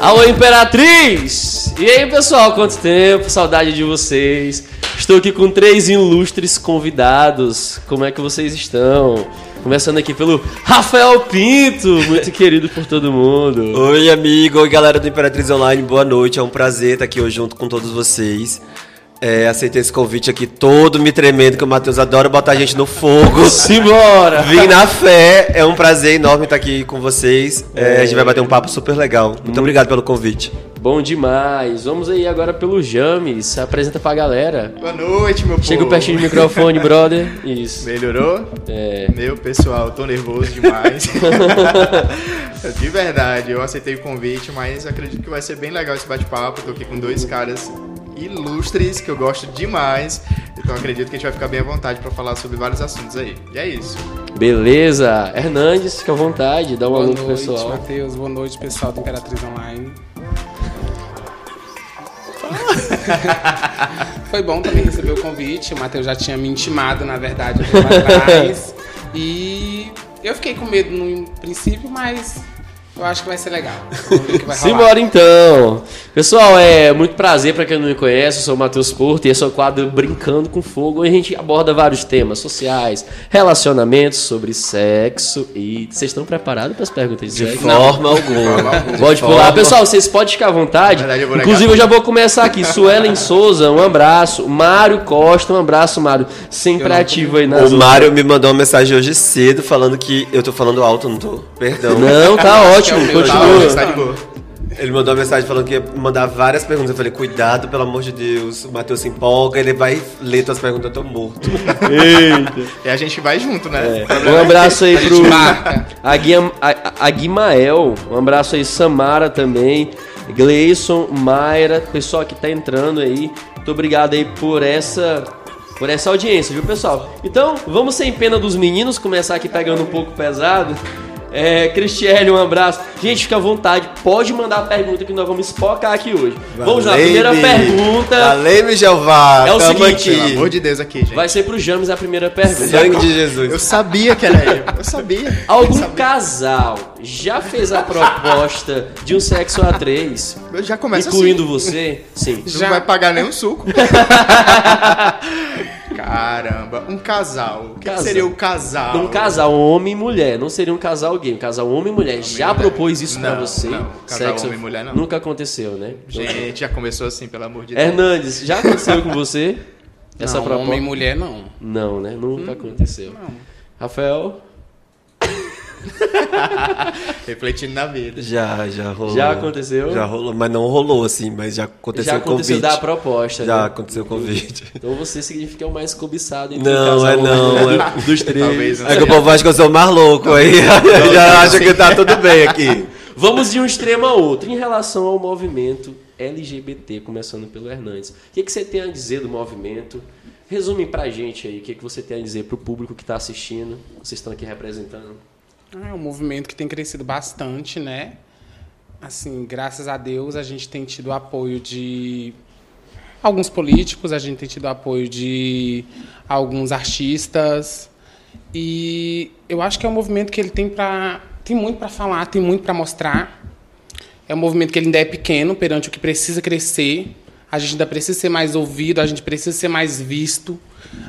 Alô, Imperatriz! E aí, pessoal, quanto tempo? Saudade de vocês. Estou aqui com três ilustres convidados. Como é que vocês estão? Começando aqui pelo Rafael Pinto, muito querido por todo mundo. Oi, amigo, oi, galera do Imperatriz Online, boa noite. É um prazer estar aqui hoje junto com todos vocês. É, aceitei esse convite aqui todo me tremendo, que o Matheus adora botar a gente no fogo. Simbora! Vim na fé, é um prazer enorme estar aqui com vocês. É, a gente vai bater um papo super legal. Muito obrigado pelo convite. Bom demais. Vamos aí agora pelo James. Apresenta pra galera. Boa noite, meu povo. Chega pertinho do microfone, brother. Isso. Melhorou? É. Meu pessoal, tô nervoso demais. De verdade, eu aceitei o convite, mas acredito que vai ser bem legal esse bate-papo. Tô aqui com dois caras ilustres que eu gosto demais. Então acredito que a gente vai ficar bem à vontade pra falar sobre vários assuntos aí. E é isso. Beleza. Hernandes, fica à vontade, dá um Boa alô pro noite, pessoal. Matheus. Boa noite, pessoal do Imperatriz Online. Foi bom também receber o convite. O Matheus já tinha me intimado, na verdade, um tempo atrás. E eu fiquei com medo no princípio, mas eu acho que vai ser legal. Vamos ver o que vai rolar. Simbora então! Pessoal, é muito prazer pra quem não me conhece, eu sou o Matheus Porto e esse é o quadro Brincando com Fogo, onde a gente aborda vários temas sociais, relacionamentos, sobre sexo e. Vocês estão preparados para as perguntas de De sexo? forma alguma. Pode pular. Pessoal, vocês podem ficar à vontade. Na verdade, eu vou negar Inclusive, eu já vou começar aqui. Suelen Souza, um abraço. Mário Costa, um abraço, Mário. Sempre ativo aí nas O Mário me mandou uma mensagem hoje cedo falando que eu tô falando alto, não tô? Perdão. Não, tá ótimo, É o meu, Tá, Continua. hoje tá de boa. Ele mandou uma mensagem falando que ia mandar várias perguntas. Eu falei, cuidado, pelo amor de Deus. O Matheus se empolga, ele vai ler tuas perguntas, eu tô morto. E a gente vai junto, né? Um abraço aí pro marca. Aguia- A- A- Aguimael, um abraço aí Samara também, Gleison, Mayra, pessoal que tá entrando aí. Muito obrigado aí por essa por essa audiência, viu, pessoal? Então, vamos sem pena dos meninos, começar aqui pegando um pouco pesado. É, Cristiane, um abraço. Gente, fica à vontade, pode mandar a pergunta que nós vamos focar aqui hoje. vamos lá, primeira pergunta. Valeu, me Jeová. É o Tamo seguinte, aqui. Pelo amor de Deus aqui, gente. Vai ser pro James a primeira pergunta. Sangue de Jesus. Eu sabia que era eu. Eu sabia. Algum casal já fez a proposta de um sexo a três, Eu já começa incluindo assim. você? Sim. Você Já. não vai pagar nenhum suco. Caramba, um casal. O que, Casal. seria o casal? Um casal homem e mulher, não seria um casal gay, um casal homem e mulher. já e mulher. propôs isso pra Não, você? não, casal homem e mulher, não. Nunca aconteceu, né? Gente, já começou assim, pelo amor de É, Deus. Hernandes, já aconteceu com você essa não, proposta? homem e mulher, não. Não, né? Hum, Nunca aconteceu. Rafael, Refletindo na vida. Já, já rolou. Já aconteceu? Já rolou, mas não rolou assim, mas já aconteceu já o convite. aconteceu da proposta, Já né? aconteceu o convite. Então você significa o mais cobiçado entre o Não, casal é homem e não. mulher. É... Dos três. Talvez, não É que sei. o povo acha que eu sou o mais louco aí. Já acha que tá tudo bem aqui. Vamos de um extremo a outro. Em relação ao movimento LGBT, começando pelo Hernandes, o que, que você tem a dizer do movimento? Resume pra gente aí o que, que você tem a dizer pro público que tá assistindo, vocês estão aqui representando. Ah, É um movimento que tem crescido bastante, né? Assim, graças a Deus, a gente tem tido apoio de alguns políticos, a gente tem tido apoio de alguns artistas. E eu acho que é um movimento que ele tem para tem muito para falar, tem muito para mostrar. É um movimento que ele ainda é pequeno perante o que precisa crescer. A gente ainda precisa ser mais ouvido, a gente precisa ser mais visto,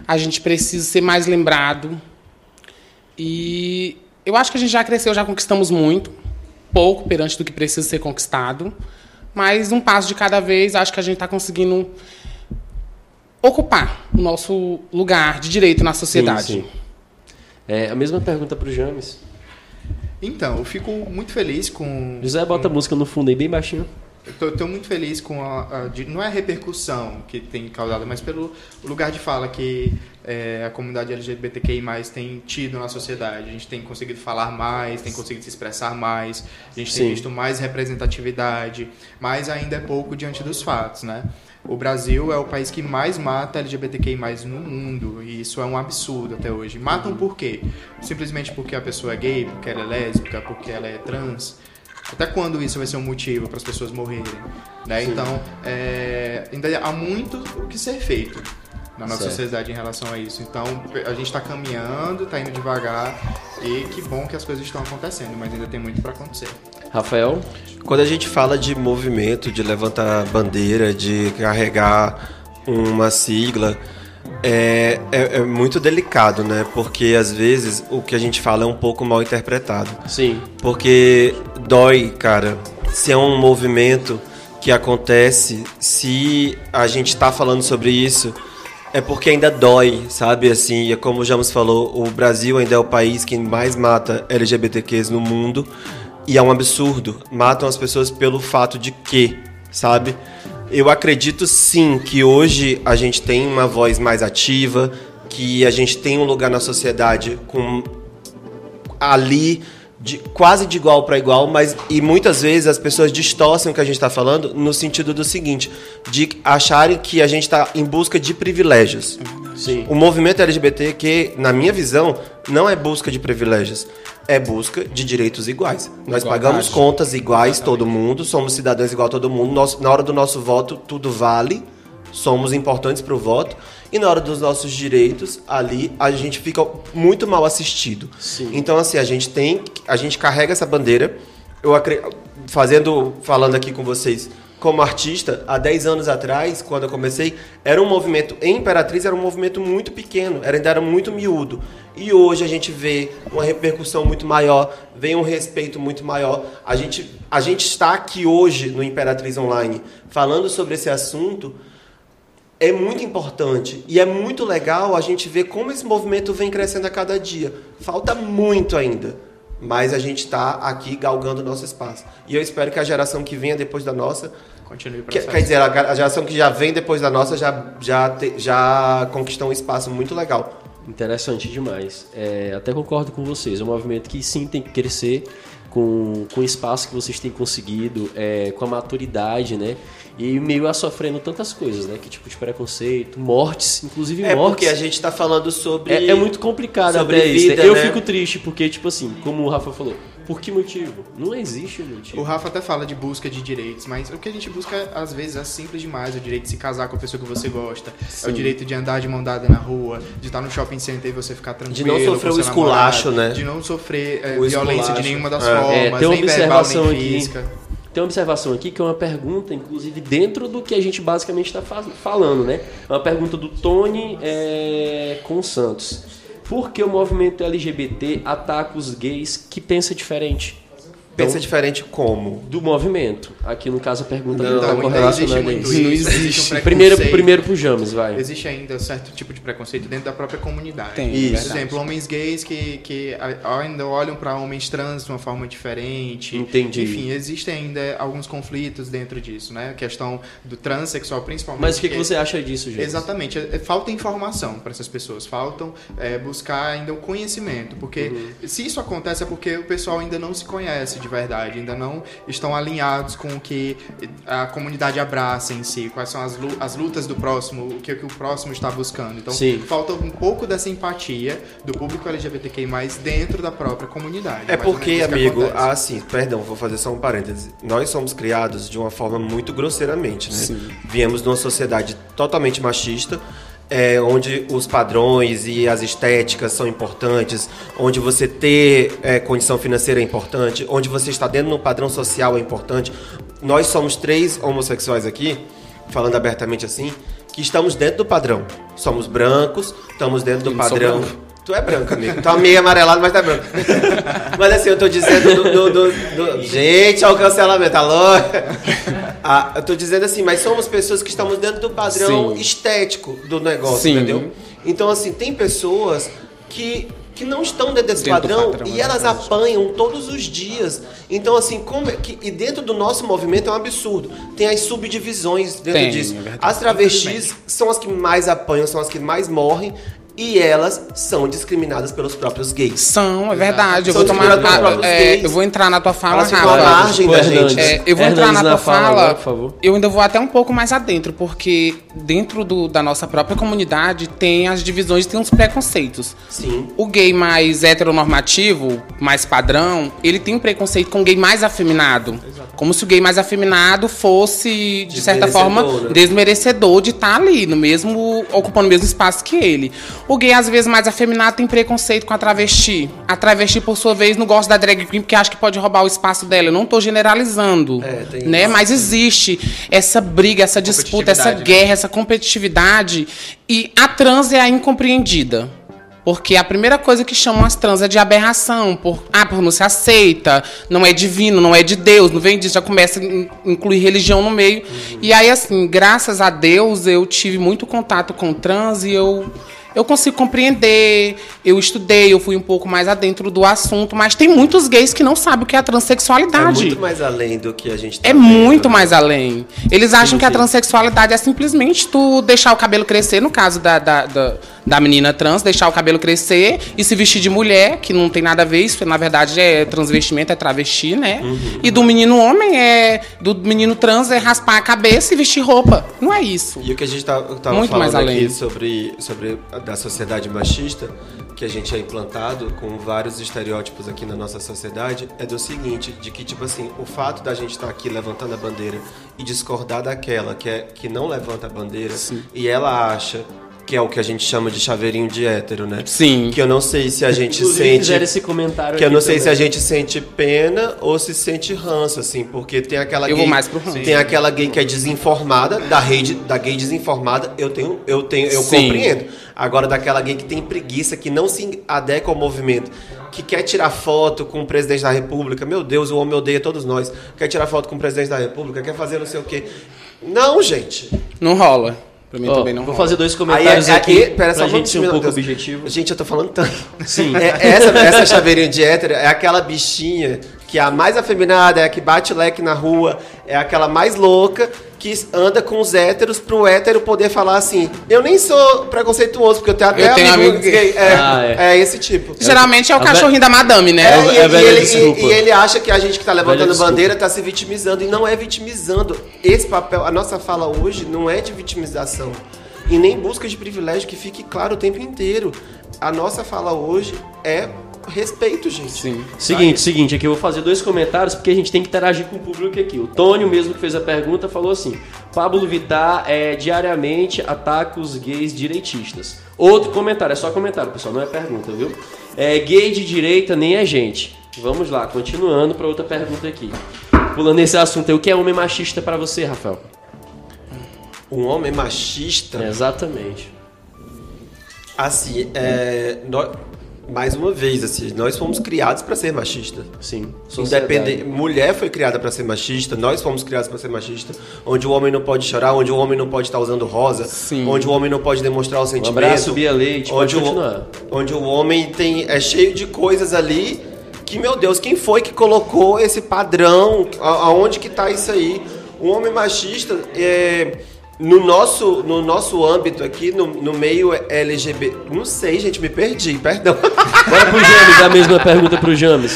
a gente precisa ser mais lembrado. E eu acho que a gente já cresceu, já conquistamos muito, pouco perante do que precisa ser conquistado, mas um passo de cada vez, acho que a gente está conseguindo ocupar o nosso lugar de direito na sociedade. Sim, sim. É, a mesma pergunta pro James. Então, eu fico muito feliz com. José, bota a música no fundo aí, bem baixinho. Eu tô, eu tô muito feliz com a, a de- não é a repercussão que tem causado, mas pelo lugar de fala que é, a comunidade LGBTQI tem tido na sociedade. A gente tem conseguido falar mais, tem conseguido se expressar mais, a gente Sim. tem visto mais representatividade, mas ainda é pouco diante dos fatos, né? O Brasil é o país que mais mata LGBTQI no mundo, e isso é um absurdo até hoje. Matam por quê? Simplesmente porque a pessoa é gay, porque ela é lésbica, porque ela é trans. Até quando isso vai ser um motivo para as pessoas morrerem? Né? Então, é, ainda há muito o que ser feito. na nossa Certo. sociedade em relação a isso. Então, a gente está caminhando, está indo devagar e que bom que as coisas estão acontecendo, mas ainda tem muito para acontecer. Rafael? Quando a gente fala de movimento, de levantar bandeira, de carregar uma sigla, é, é- é muito delicado, né? Porque às vezes o que a gente fala é um pouco mal interpretado. Sim. Porque dói, cara, se é um movimento que acontece, se a gente tá falando sobre isso, é porque ainda dói, sabe? Assim, é como o James falou, o Brasil ainda é o país que mais mata LGBTQs no mundo. E é um absurdo. Matam as pessoas pelo fato de que, sabe? Eu acredito sim que hoje a gente tem uma voz mais ativa, que a gente tem um lugar na sociedade com ali de, quase de igual para igual, mas e muitas vezes as pessoas distorcem o que a gente está falando no sentido do seguinte, de acharem que a gente está em busca de privilégios. Sim. O movimento LGBT que, na minha visão, não é busca de privilégios, é busca de direitos iguais. Nós Igualdade. pagamos contas iguais todo mundo, somos cidadãos igual a todo mundo. Nosso- na hora do nosso voto tudo vale, somos importantes para o voto e na hora dos nossos direitos ali a gente fica muito mal assistido. Sim. Então assim a gente tem, a gente carrega essa bandeira. Eu acre- fazendo, falando aqui com vocês. Como artista, há 10 anos atrás, quando eu comecei, era um movimento em Imperatriz, era um movimento muito pequeno, era, ainda era muito miúdo. E hoje a gente vê uma repercussão muito maior, vem um respeito muito maior. A gente, a gente está aqui hoje no Imperatriz Online falando sobre esse assunto, é muito importante e é muito legal a gente ver como esse movimento vem crescendo a cada dia. Falta muito ainda, mas a gente está aqui galgando o nosso espaço. E eu espero que a geração que venha depois da nossa, Continue o que- processo. quer dizer, a ga- a geração que já vem depois da nossa já, já, te- já conquistou um espaço muito legal. Interessante demais. É, até concordo com vocês. É um movimento que sim tem que crescer com, com o espaço que vocês têm conseguido, é, com a maturidade, né? E meio a sofrendo tantas coisas, né? Que tipo de preconceito, mortes, inclusive É mortes. porque a gente está falando sobre. É, é muito complicado sobre até isso. né? vida, Eu né? fico triste porque, tipo assim, como o Rafa falou, por que motivo? Não existe um motivo. O Rafa até fala de busca de direitos, mas o que a gente busca às vezes é simples demais. O direito de se casar com a pessoa que você gosta, é o direito de andar de mão dada na rua, de estar no shopping center e você ficar tranquilo. não com sofrer o seu esculacho, namorado, né? De não sofrer é, O violência esculacho. de nenhuma das É. formas, É, tem uma nem verbal, observação nem aqui. tá física. Tem uma observação aqui que é uma pergunta, inclusive, dentro do que a gente basicamente está falando, né? É Uma pergunta do Tony é, com Santos. Por que o movimento LGBT ataca os gays que pensa diferente Pensa diferente como. do movimento? Aqui, no caso, a pergunta Não, não, tá Então, ainda existe correlacionada a muito isso. isso. Não existe é um Primeiro, preconceito. primeiro pro James, vai. é Existe ainda certo tipo de preconceito dentro da própria comunidade. Tem, Isso. Por verdade. exemplo, homens gays que, que a- ainda olham para homens trans de uma forma diferente. Entendi. Enfim, existem ainda alguns conflitos dentro disso, né? A questão do transexual, principalmente. é Mas o que, que porque- você acha disso, James? Exatamente. É- é- Falta informação para essas pessoas. Faltam é, buscar ainda o conhecimento. Porque Uhum. se isso acontece é porque o pessoal ainda não se conhece de verdade. Ainda não estão alinhados com o que a comunidade abraça em si. Quais são as, lu- as lutas do próximo. O que, que o próximo está buscando. Então Sim. falta um pouco dessa empatia do público LGBTQI+, dentro da própria comunidade. É Mais ou porque, menos isso que amigo, acontece. assim, perdão, vou fazer só um parêntese. Nós somos criados de uma forma muito grosseiramente, né? Sim. Viemos de uma sociedade totalmente machista, é, onde os padrões e as estéticas são importantes, onde você ter é, condição financeira é importante, onde você está dentro de um padrão social é importante. Nós somos três homossexuais aqui, falando abertamente assim, que estamos dentro do padrão. Somos brancos, estamos dentro do Eu não sou padrão. branco. Tu é branco, amigo. Tá meio amarelado, mas tá branco. mas assim, eu tô dizendo do. do- do- do- Gente, olha o cancelamento, alô? Ah, eu tô dizendo assim, mas somos pessoas que estamos dentro do padrão Sim. estético do negócio, Sim. entendeu? Então, assim, tem pessoas que, que não estão dentro desse Dentro do padrão, padrão, e é elas verdade. apanham todos os dias. Então, assim, como é que. E dentro do nosso movimento é um absurdo. Tem as subdivisões dentro Tem, disso. é verdade. as travestis são as que mais apanham, são as que mais morrem. E elas são discriminadas pelos próprios gays. São, é verdade. Eu São vou, tomar, discriminatórios a- é, gays. eu vou entrar na tua fala, Elas ficam à é Rafa. margem Pô, da Hernandes. gente. É, eu vou Hernandes entrar na tua fala fala. agora, por favor. Eu ainda vou até um pouco mais adentro, porque dentro do- da nossa própria comunidade tem as divisões, tem os preconceitos. Sim. O gay mais heteronormativo, mais padrão, ele tem um preconceito com o gay mais afeminado, Como se o gay mais afeminado fosse, de certa Desmerecedor, forma, né? desmerecedor de estar ali, no mesmo, ocupando o mesmo espaço que ele. O gay, às vezes, mais afeminado tem preconceito com a travesti. A travesti, por sua vez, não gosta da drag queen porque acha que pode roubar o espaço dela. Eu não tô generalizando, É, tem né? isso. Mas existe essa briga, essa disputa, essa Competitividade, né? guerra, essa competitividade. E a trans é a incompreendida. Porque a primeira coisa que chamam as trans é de aberração. Por, ah, por não se aceita, não é divino, não é de Deus, não vem disso. Já começa a in- incluir religião no meio. Uhum. E aí, assim, graças a Deus, eu tive muito contato com trans e eu, eu consigo compreender. Eu estudei, eu fui um pouco mais adentro do assunto. Mas tem muitos gays que não sabem o que é a É transexualidade. muito mais além do que a gente tá É vendo, muito né? mais além. Eles acham que a sim. transexualidade é simplesmente tu deixar o cabelo crescer, no caso da, da, da, da menina trans, deixar o cabelo crescer e se vestir de mulher, que não tem nada a ver isso, na verdade é transvestimento, é travesti, né? Uhum. E do menino homem é. Do menino trans é raspar a cabeça e vestir roupa. Não é isso. E o que a gente tá, eu tava Muito falando mais além. aqui sobre, sobre a- da sociedade machista, que a gente é implantado com vários estereótipos aqui na nossa sociedade, é do seguinte, de que, tipo assim, o fato da gente estar aqui levantando a bandeira e discordar daquela que, é, que não levanta a bandeira e ela acha que é o que a gente chama de chaveirinho de hétero, né? Sim. Que eu não sei se a gente Inclusive, sente... fizeram esse comentário Que eu aqui não sei É, também. se a gente sente pena ou se sente ranço, assim, porque tem aquela Eu gay, vou mais pro ranço. Tem aquela gay que é desinformada, da rede, da gay desinformada, eu tenho, eu tenho, eu Sim. compreendo. Agora daquela gay que tem preguiça, que não se adequa ao movimento, que quer tirar foto com o presidente da república, meu Deus, o homem odeia todos nós, quer tirar foto com o presidente da república, quer fazer não sei o quê. Não, gente. Não rola. Pra mim Ó, também não vou rola. fazer dois Aí, comentários aí, aqui aí, pera, só pra vamos gente ser um terminar, pouco Deus. objetivo. Gente, eu tô falando tanto. Sim. É- essa, essa chaveirinha de hétero é aquela bichinha que é a mais afeminada, é a que bate leque na rua, é aquela mais louca que anda com os héteros pro hétero poder falar assim: eu nem sou preconceituoso, porque eu tenho até Eu tenho amigo gay. gay. É, Ah, é esse tipo. Geralmente é A o ve- cachorrinho da madame, né? É, É, e, é e velha ele, desculpa. e- e ele acha que a gente que tá Velha levantando desculpa. bandeira tá se vitimizando. E não é vitimizando. Esse papel, a nossa fala hoje não é de vitimização. E nem busca de privilégio, que fique claro o tempo inteiro. A nossa fala hoje é respeito, gente. Sim. é, Seguinte, seguinte, aqui eu vou fazer dois comentários porque a gente tem que interagir com o público aqui. O Tônio mesmo que fez a pergunta falou assim: Pablo Vittar é, diariamente ataca os gays direitistas. Outro comentário, é só comentário, pessoal, não é pergunta, viu? É, gay de direita nem é gente. Vamos lá, continuando para outra pergunta aqui. Pulando esse assunto, aí, o que é homem machista para você, Rafael? Um homem machista. É, exatamente. Assim, é, nó- mais uma vez, assim, nós fomos criados para ser machistas. Sim. Independe- mulher foi criada para ser machista, nós fomos criados para ser machista, onde o homem não pode chorar, onde o homem não pode estar usando rosa, Sim. onde o homem não pode demonstrar o sentimento. Um abraço, Bia Leite, pode onde, continuar. o, onde o homem tem é cheio de coisas ali que meu Deus, quem foi que colocou esse padrão? A- aonde que tá isso aí? O homem machista é no nosso, no nosso âmbito aqui, no, no meio é LGBT. Não sei, gente, me perdi, perdão. Bora pro James, a mesma pergunta pro James.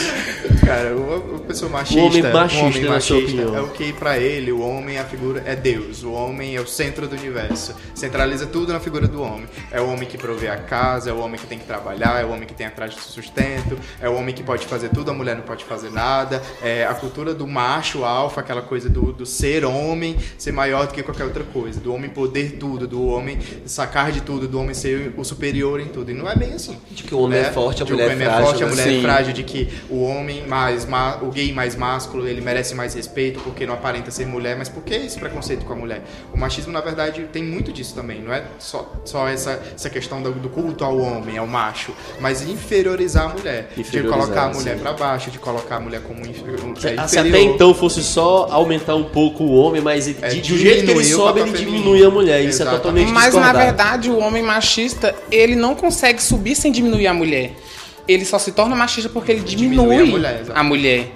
Cara, o- o pessoa machista, O homem o machista, homem na sua machista opinião. é o que pra ele, o homem a figura é Deus, o homem é o centro do universo, centraliza tudo na figura do homem. É o homem que provê a casa, é o homem que tem que trabalhar, é o homem que tem atrás do sustento, é o homem que pode fazer tudo, a mulher não pode fazer nada. É a cultura do macho alfa, aquela coisa do, do ser homem ser maior do que qualquer outra coisa, do homem poder tudo, do homem sacar de tudo, do homem ser o superior em tudo. E não é bem assim. De que o homem é forte, a De mulher é o homem frágil, é forte, a né? mulher é Sim. frágil, de que o homem mais ma- o gay mais másculo, ele merece mais respeito porque não aparenta ser mulher, mas por que esse preconceito com a mulher? O machismo, na verdade, tem muito disso também, não é só, só essa, essa questão do, do culto ao homem, ao macho, mas inferiorizar a mulher, Inferiorizar, de colocar a mulher sim. pra baixo, de colocar a mulher como inf- Se, ah, é, se até inferior. então fosse só aumentar um pouco o homem, mas ele- É, de, de um jeito que ele diminuir o sobe, ele papel diminui a mulher. Isso é Exatamente. totalmente Mas na discordado. verdade, o homem machista, ele não consegue subir sem diminuir a mulher. Ele só se torna machista porque ele diminui, diminui a mulher, exato. a mulher.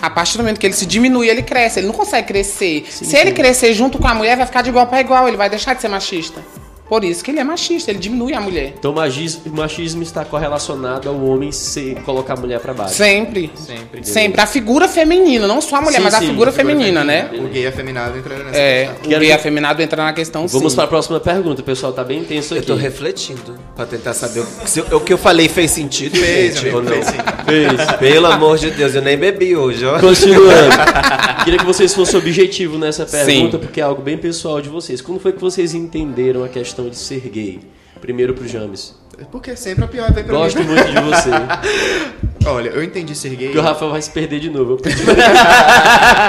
A partir do momento que ele se diminui, ele cresce. Ele não consegue crescer. Sim, se ele sim. crescer junto com a mulher, vai ficar de igual para igual. Ele vai deixar de ser machista. Por isso que ele é machista, ele diminui a mulher. Então magis- machismo está correlacionado ao homem se colocar a mulher pra baixo. Sempre. Sempre. Sempre. A figura feminina, não só a mulher, Sim, mas a sim, figura, figura feminina, né? feminina. O gay afeminado entra nessa É, questão. o Quero- gay afeminado entra na questão, Vamos sim. para a próxima pergunta, pessoal. Tá bem tenso Eu aqui. tô refletindo pra tentar saber o- se o o que eu falei fez sentido, Fez, gente, amigo, ou não. fez sim. Fez. Pelo amor de Deus, eu nem bebi hoje, ó. Continuando. Queria que vocês fossem objetivos nessa Sim. pergunta, porque é algo bem pessoal de vocês. Quando foi que vocês entenderam a questão de ser gay? Primeiro pro James. Porque sempre a pior é vem pra Gosto mim. muito de você. Olha, eu entendi ser gay. Porque o Rafael vai se perder de novo.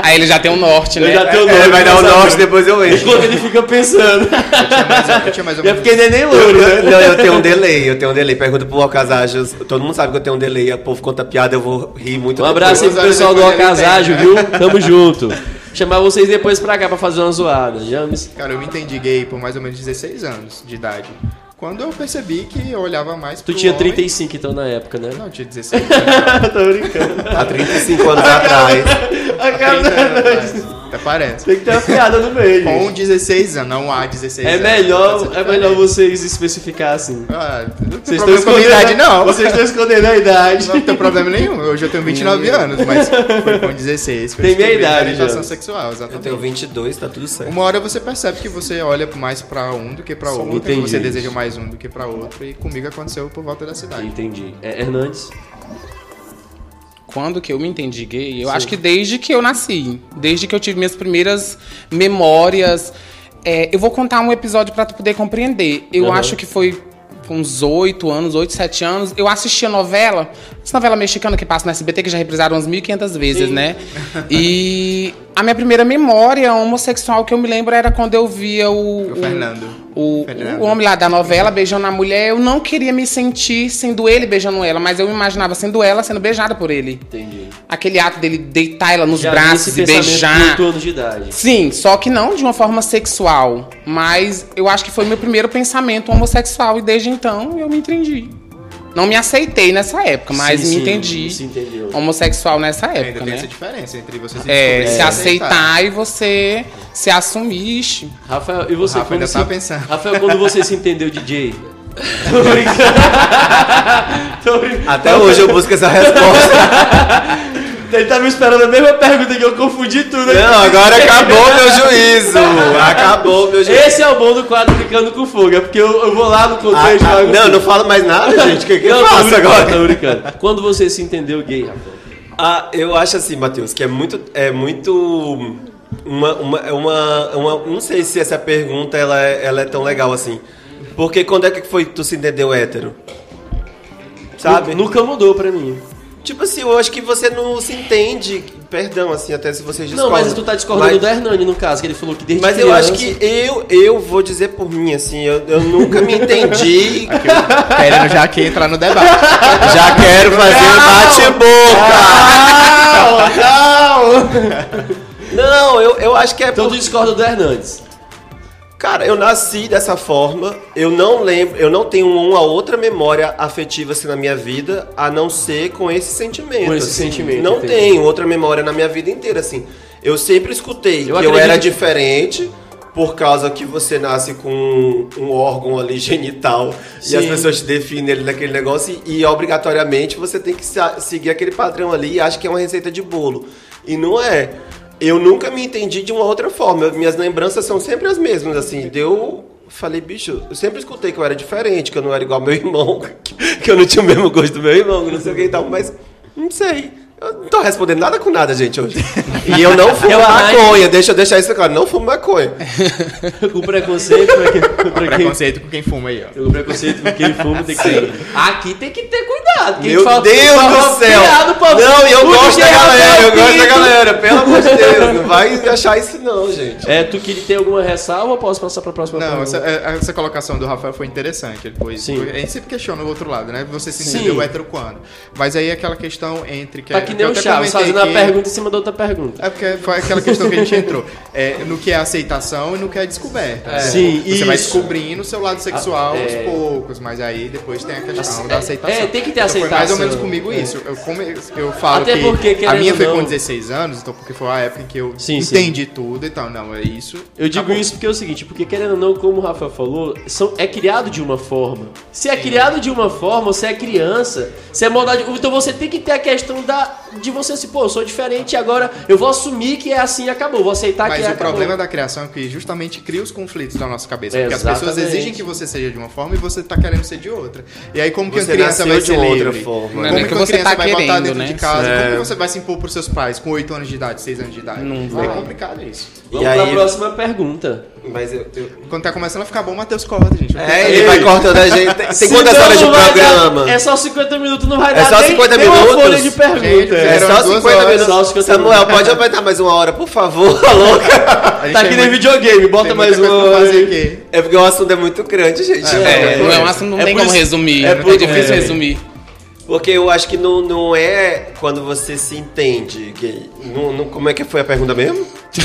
Aí ele já tem um norte, Eu né? já tenho o É, nome. vai dar o norte, depois eu entro. Enquanto ele fica pensando. Tinha mais ou- tinha mais E ou é menos- porque ele é nem Eu- louro, né? eu- Não, eu tenho um delay, eu tenho um delay. Pergunta pro Alcasajos. Todo mundo sabe que eu tenho um delay. O povo conta piada, eu vou rir muito. Um abraço aí pro pessoal do Alcaságio, viu? Tamo junto. Chamar vocês depois pra cá pra fazer uma zoada. James. Cara, eu me entendi gay por mais ou menos 16 anos de idade. Quando eu percebi que eu olhava mais Tu pro tinha homem- 35 então na época, né? Não, eu tinha 16 anos. Tô brincando. Há 35 anos atrás. 30 anos atrás. Até parece. Tem que ter uma piada no meio. Com 16 anos, não há 16 É anos. Tá melhor, é melhor vocês especificar assim. Ah, não tem Vocês problema com a minha idade, não. Vocês estão escondendo a idade. Não tem problema nenhum. Hoje eu tenho 29 anos, mas foi com 16. que eu Tem minha idade, descobri minha orientação já. sexual, Eu exatamente. tenho 22, tá tudo certo. Uma hora você percebe que você olha mais pra um do que pra outro, entendi você isso. deseja mais um do que pra outro, e comigo aconteceu por volta da cidade. Entendi. É, Hernandes? Quando que eu me entendi gay? Eu acho que desde que eu nasci. Desde que eu tive minhas primeiras memórias. É, eu vou contar um episódio pra tu poder compreender. Eu Aham. acho que foi uns oito anos, oito, sete anos. Eu assistia novela, essa novela mexicana que passa no SBT, que já reprisaram umas 1.500 vezes, né? E a minha primeira memória homossexual que eu me lembro era quando eu via o. O o- Fernando. o, Fernando. o homem lá da novela beijando a mulher, eu não queria me sentir sendo ele beijando ela, mas eu me imaginava sendo ela sendo beijada por ele. Entendi. Aquele ato dele deitar ela nos Já vi braços esse e pensamento com beijar. oito anos de idade. Sim, só que não de uma forma sexual. Mas eu acho que foi meu primeiro pensamento homossexual e desde então eu me entendi. Não me aceitei nessa época, mas Sim, me sim, entendi Se entendeu. homossexual nessa Ainda época, tem essa né? diferença entre você se, É, descobrir e se aceitar e você se assumir. Ixi, Rafael, e você? Rafa quando ainda se- tá pensando. Rafael, quando você se entendeu DJ? Tô brincando. Tô brincando. Até hoje eu busco essa resposta. Ele tava esperando a mesma pergunta que eu confundi tudo. aqui. Não, agora acabou meu juízo. Acabou meu juízo. Esse é o bom do quadro Ficando com Fogo. É porque eu, eu vou lá no Ah, contexto. ah, jogo não, assim. não falo mais nada, gente. O que, que eu Não, tô faço brincando, agora? Tô brincando. Quando você se entendeu gay, Rafael? Ah, eu acho assim, Matheus, que é muito. É muito. Uma, uma, é uma, uma- não sei se essa pergunta ela é, ela é tão legal assim. Porque quando é que foi que tu se entendeu hétero? Sabe? Nu- Nunca mudou pra mim. Tipo assim, eu acho que você não se entende. Perdão, assim, até se vocês Não, discordam. mas tu tá discordando Mas- do Hernani, no caso, que ele falou que desde Mas eu criança- acho que eu, eu vou dizer por mim, assim, eu, eu nunca me entendi. Querendo já aqui entrar no debate. Já quero fazer um bate-boca! Não, eu, eu acho que é Então por tu discorda do Hernandes. Cara, eu nasci dessa forma, eu não lembro, eu não tenho uma outra memória afetiva assim na minha vida, a não ser com esse sentimento. Com esse assim. sentimento, Não entendi. tenho outra memória na minha vida inteira, assim. Eu sempre escutei Eu que eu era acredito- diferente por causa que você nasce com um, um órgão ali genital e Sim. as pessoas te definem ele naquele negócio e, e, obrigatoriamente você tem que se- seguir aquele padrão ali e acha que é uma receita de bolo. E não é. Eu nunca me entendi de uma outra forma. Minhas lembranças são sempre as mesmas, assim. Deu. Falei, bicho, eu sempre escutei que eu era diferente, que eu não era igual ao meu irmão, que, que eu não tinha o mesmo gosto do meu irmão, que não sei o que e tal, mas não sei. Eu não tô respondendo nada com nada, gente, hoje. E eu não fumo Eu acho- maconha, deixa eu deixar isso claro, não fumo maconha. O preconceito pra quem, pra quem Preconceito com quem fuma aí, ó. O preconceito com quem fuma tem que ter. Aqui tem que ter cuidado. que Meu fala- Deus fala do céu! piada, pô, Não, e eu tudo gosto que da é galera, eu Rafael gosto da Pinto. galera, pelo amor de Deus, não vai achar isso não, gente. É, tu queria ter alguma ressalva ou posso passar pra próxima Não, pergunta? essa, é- essa colocação do Rafael foi interessante. Ele pôs, Sim. A gente sempre questiona o outro lado, né? Você se Sim. entendeu hétero quando? Mas aí é aquela questão entre que Pra Tá que que porque nem eu o até Chaves, comentei fazendo a que- pergunta em cima da outra pergunta. É porque foi aquela questão que a gente entrou. É, no que é aceitação e no que é descoberta. né? Sim, Você vai isso. descobrindo o seu lado sexual Ah, aos é. poucos, mas aí depois tem a questão Ace- da é, aceitação. é, tem que ter Então, Foi mais ou aceitação. menos comigo É. isso. Eu, come- eu falo Até que porque, a querendo minha foi ou com não- 16 anos, então porque foi a época em que eu Sim, sim. entendi tudo e tal. Não, é isso. Eu digo acabou. isso porque é o seguinte, porque querendo ou não, como o Rafa falou, são, é criado de uma forma. Se é criado de uma forma, você é criança, você é maldade. Então você tem que ter a questão da, de você se, pô, eu sou diferente e agora eu vou assumir que é assim e acabou, vou aceitar Mas que é o acabou. problema da criação é que justamente cria os conflitos na nossa cabeça. Porque as pessoas Exatamente. exigem que você seja de uma forma e você tá querendo ser de outra. E aí, como que a Você criança vai nasceu de ser outra livre? forma. Como Não é nem que que uma você criança tá vai botar querendo, dentro de né? casa? É. Como que você vai se impor pros seus pais com 8 anos de idade, 6 anos de idade? Não é vai. complicado isso. Vamos E pra aí- próxima pergunta. Mas eu. eu- Quando tá começando a ficar bom, o Matheus corta, gente. É, ele vai cortando a gente. Tem, tem quantas Senão horas de não vai dar- programa? é só 50 minutos, não vai É dar só nem- 50 nem minutos? uma folha de Gente, pergunta. É Eram só duas 50 horas, só os minutos. 50 Samuel, pode aumentar mais uma hora, por favor, tá louca? Tá é aqui nem videogame, bota mais uma. coisa pra hora fazer aí. aqui. É porque o assunto é muito grande, gente. É, não é um É. assunto, não É tem por como isso- resumir. é não por- é difícil é. resumir. Porque eu acho que não, não é quando você se entende gay. Não, não- como é que foi a pergunta mesmo? Tu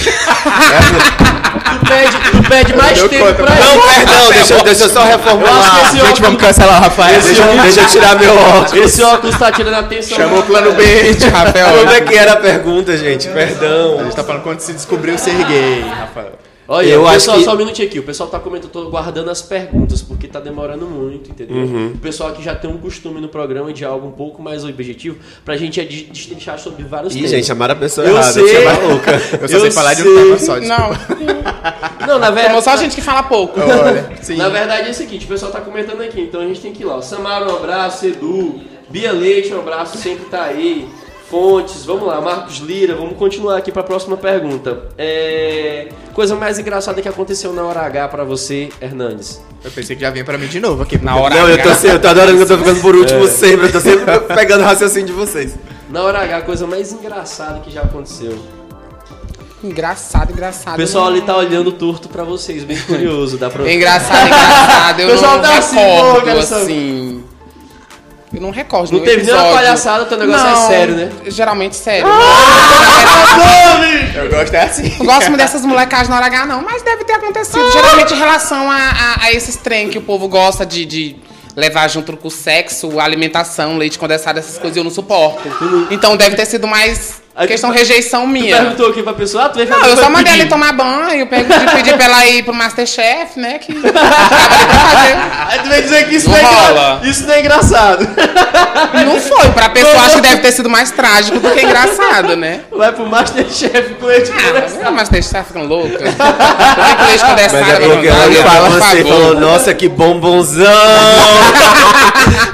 pede, tu pede mais Eu tempo conto, pra Não, isso. Ah, perdão, deixa, eu- deixa eu só Eu acho que reformular. esse óculos- cancelar o Rafael. Deixa, eu- deixa eu tirar meu óculos. Esse óculos tá tirando a atenção. Chamou o plano B. Como é que era a pergunta, gente? A Perdão. gente tá falando quando se descobriu ser gay, Rafael. Olha, Eu o acho pessoal, que- só um minutinho aqui. O pessoal tá comentando, eu tô guardando as perguntas, porque tá demorando muito, entendeu? Uhum. O pessoal aqui já tem um costume no programa de algo um pouco mais objetivo, pra gente é de- destrinchar sobre vários Ih, temas. gente, amaram a pessoa Eu errada. sei. Você é maluca. Eu só sei Eu falar de um sei. tema só, desculpa. Não, Não, na tomou verdade. só gente que fala pouco. Olha, sim. Na verdade é o seguinte, o pessoal tá comentando aqui, então a gente tem que ir lá. ó. Samara, um abraço, Edu, Bia Leite, um abraço, sempre tá aí. Fontes, vamos lá, Marcos Lira, vamos continuar aqui pra próxima pergunta. É... Coisa mais engraçada que aconteceu na hora H pra você, Hernandes. Eu pensei que já vinha pra mim de novo aqui. Na hora Não, eu tô, H. se- eu tô adorando que eu tô ficando por último sempre. Eu tô sempre pegando o raciocínio de vocês. Na hora H, a coisa mais engraçada que já aconteceu. Engraçado, engraçado. né? O pessoal não. ali tá olhando torto pra vocês, bem curioso, dá pra... É Engraçado, engraçado. Eu Pessoal não tá assim, pô, eu recordo, quero saber. assim. Eu não recordo. Não nenhum teve nenhuma episódio. palhaçada, teu negócio é Não, sério, né? Ah! Geralmente sério. Eu gosto é assim. Não gosto muito dessas molecagens na hora H, não, mas deve ter acontecido. Geralmente em relação a, a- a esses trem que o povo gosta de, de levar junto com o sexo, alimentação, leite condensado, essas coisas eu não suporto. Então deve ter sido mais Aí tu- questão rejeição Tu minha. perguntou aqui pra pessoa, ah, tu veio Não, eu só mandei ele tomar banho, pedi, pedi pra ela ir pro Masterchef, né? Que tava ali pra fazer. Aí tu vai dizer que isso Não não, é engra- rola. isso não é engraçado. Não foi, pra pessoa acho que deve ter sido mais trágico do que engraçado, né? Vai pro Masterchef com leite condensado. Ah, mas deixa tá ficando louca. Tem que leite condensado, Mas é vai porque mandar, eu por falo assim, favor. falou, nossa, que bombonzão.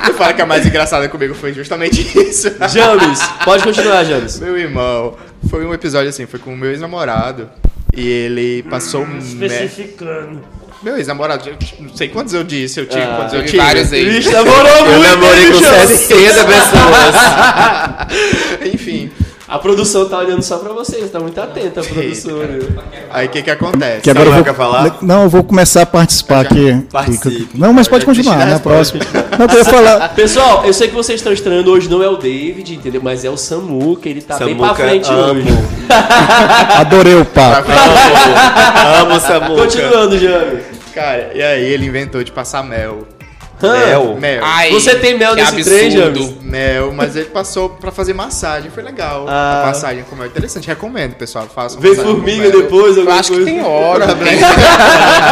Tu fala que a mais engraçada comigo foi justamente isso. James, pode continuar, James. Meu irmão, foi um episódio assim, foi com o meu ex-namorado. E ele passou um. me- Especificando. Meu ex-namorado, eu não sei quantos eu disse, eu tive, Ah, quantos eu teve tive. vários aí. Bicho, namorou Eu tá muito, namorei hein, com James? 60 pessoas. Enfim. A produção tá olhando só pra vocês, tá muito atenta a produção. né? viu? Aí o que que acontece? Que agora eu quer vou, falar? Não, eu vou começar a participar aqui. participe. Não, mas pode Eu já desisti continuar, da na próxima. Não, eu queria falar. Pessoal, eu sei que vocês estão estranhando hoje, não é o David, entendeu? Mas é o Samuca, ele tá bem pra Samuca, frente amo. hoje. Adorei o papo. Amo, amo Samuca. Continuando, James. Cara, e aí ele inventou de passar mel. Mel. Mel. Ai, Você tem mel que nesse trem, absurdo. James? Mel, mas ele passou pra fazer massagem, foi legal. Ah. A massagem com mel é interessante, recomendo, pessoal, façam. Vem massagem com formiga mel. depois, Eu alguma acho que coisa. tem óleo, tem, Problema.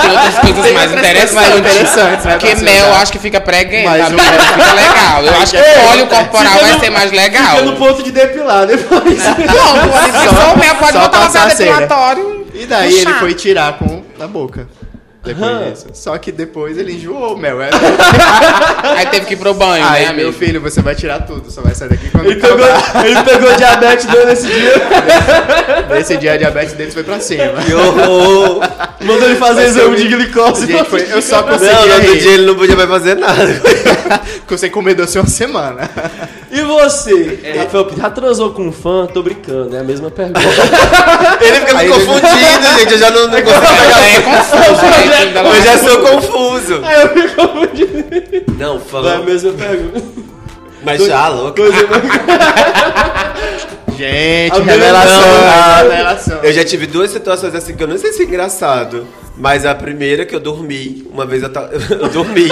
tem outras outras coisas mais coisas mais interessantes, interessantes. né, Porque pra mel eu usar. acho que fica pré-game, Mas sabe? o mel- Fica legal. Eu acho que o óleo corporal Fica vai no- ser mais legal. Fica no ponto de depilar depois. Não, pode ser só o mel, pode só botar uma um- passar a pedra cera. depilatório. E daí puxar. ele foi tirar com da boca. Depois Aham. disso. Só que depois ele enjoou o mel. É- Aí teve que ir pro banho, Aí, né, amigo? meu filho, você vai tirar tudo, só vai sair daqui quando Ele pegou, acabar. ele pegou diabetes dando esse dia. Nesse dia a diabetes deles foi pra cima. Que horror. Mandou ele fazer Vai ser exame muito- de glicose. Gente, foi- eu só Não, consegui. no outro dia Não, ele não podia mais fazer nada. que você comer doce uma semana. E você, Rafael Pinto, já transou com um fã? Tô brincando, é a mesma pergunta. Ele fica me Aí ele- confundindo, gente. Eu já não, não consigo É pegar. confuso, né? Ainda lá- Eu já sou confuso. Aí É, eu me confundi. Não, É a fala. mesma pergunta. é Mas já, louca. Coisa mais- Gente, Ah, revelação. né? não, não. revelação. né? Eu já tive duas situações assim que eu não sei se é engraçado, mas a primeira é que eu dormi, uma vez eu, ta- eu dormi.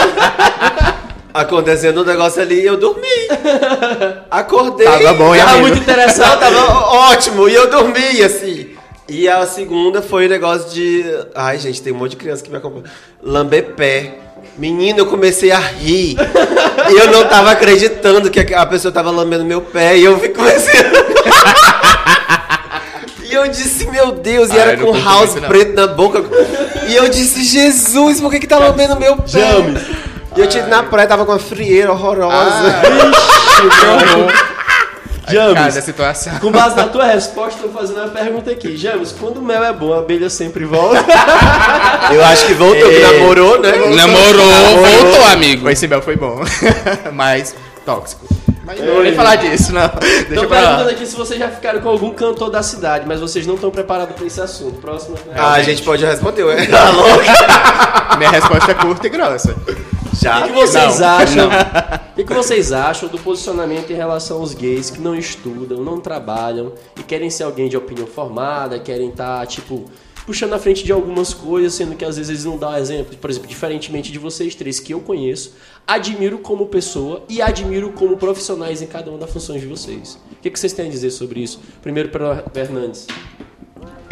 Acontecendo um negócio ali, eu dormi. Acordei. Tava bom, hein, Tava amigo? muito É Não, tá interessado. tava ó- ótimo, e eu dormi, assim. E a segunda foi o negócio de. Ai, gente, tem um monte de criança que me acompanha. Lamber pé. Menino, eu comecei a rir. e eu não tava acreditando que a a pessoa tava lambendo meu pé. E eu fi- comecei a. E eu disse, meu Deus, e Ah, era eu não com curto house muito, não. preto na boca. E eu disse, Jesus, por que que tá lambendo meu pé? E eu tive na praia, tava com uma frieira horrorosa. Cada James, situação. com base na tua resposta, eu tô fazendo uma pergunta aqui. James, quando o mel é bom, a abelha sempre volta. Ah. Eu acho que voltou, que namorou, né? Namorou, voltou, amigo. Esse mel foi bom, mas tóxico. Mas não vou Ei. nem falar disso, não. Deixa Estão pra perguntando lá. aqui se vocês já ficaram com algum cantor da cidade, mas vocês não estão preparados pra esse assunto. Próxima. Ah, a pergunta. gente pode responder, ué. Tá Minha resposta é curta e grossa. O Já. que vocês Não, acham? O que, que vocês acham do posicionamento em relação aos gays que não estudam, não trabalham e querem ser alguém de opinião formada, querem estar, tipo, puxando a frente de algumas coisas, sendo que às vezes eles não dão exemplo. Por exemplo, diferentemente de vocês três que eu conheço, admiro como pessoa e admiro como profissionais em cada uma das funções de vocês. O que, que vocês têm a dizer sobre isso? Primeiro para Fernandes.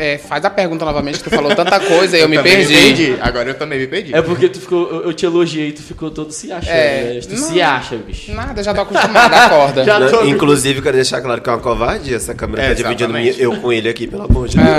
É, faz a pergunta novamente, que tu falou tanta coisa e eu, me também perdi. Agora eu também me perdi. É porque tu ficou, eu, eu te elogiei, tu ficou todo se achando, É, né? Tu não. se acha, bicho. Nada, já tô acostumada, acorda. Já tô- Inclusive, quero deixar claro que é uma covardia essa câmera É, tá dividindo exatamente. minha- eu com ele aqui, pelo amor de É. Deus.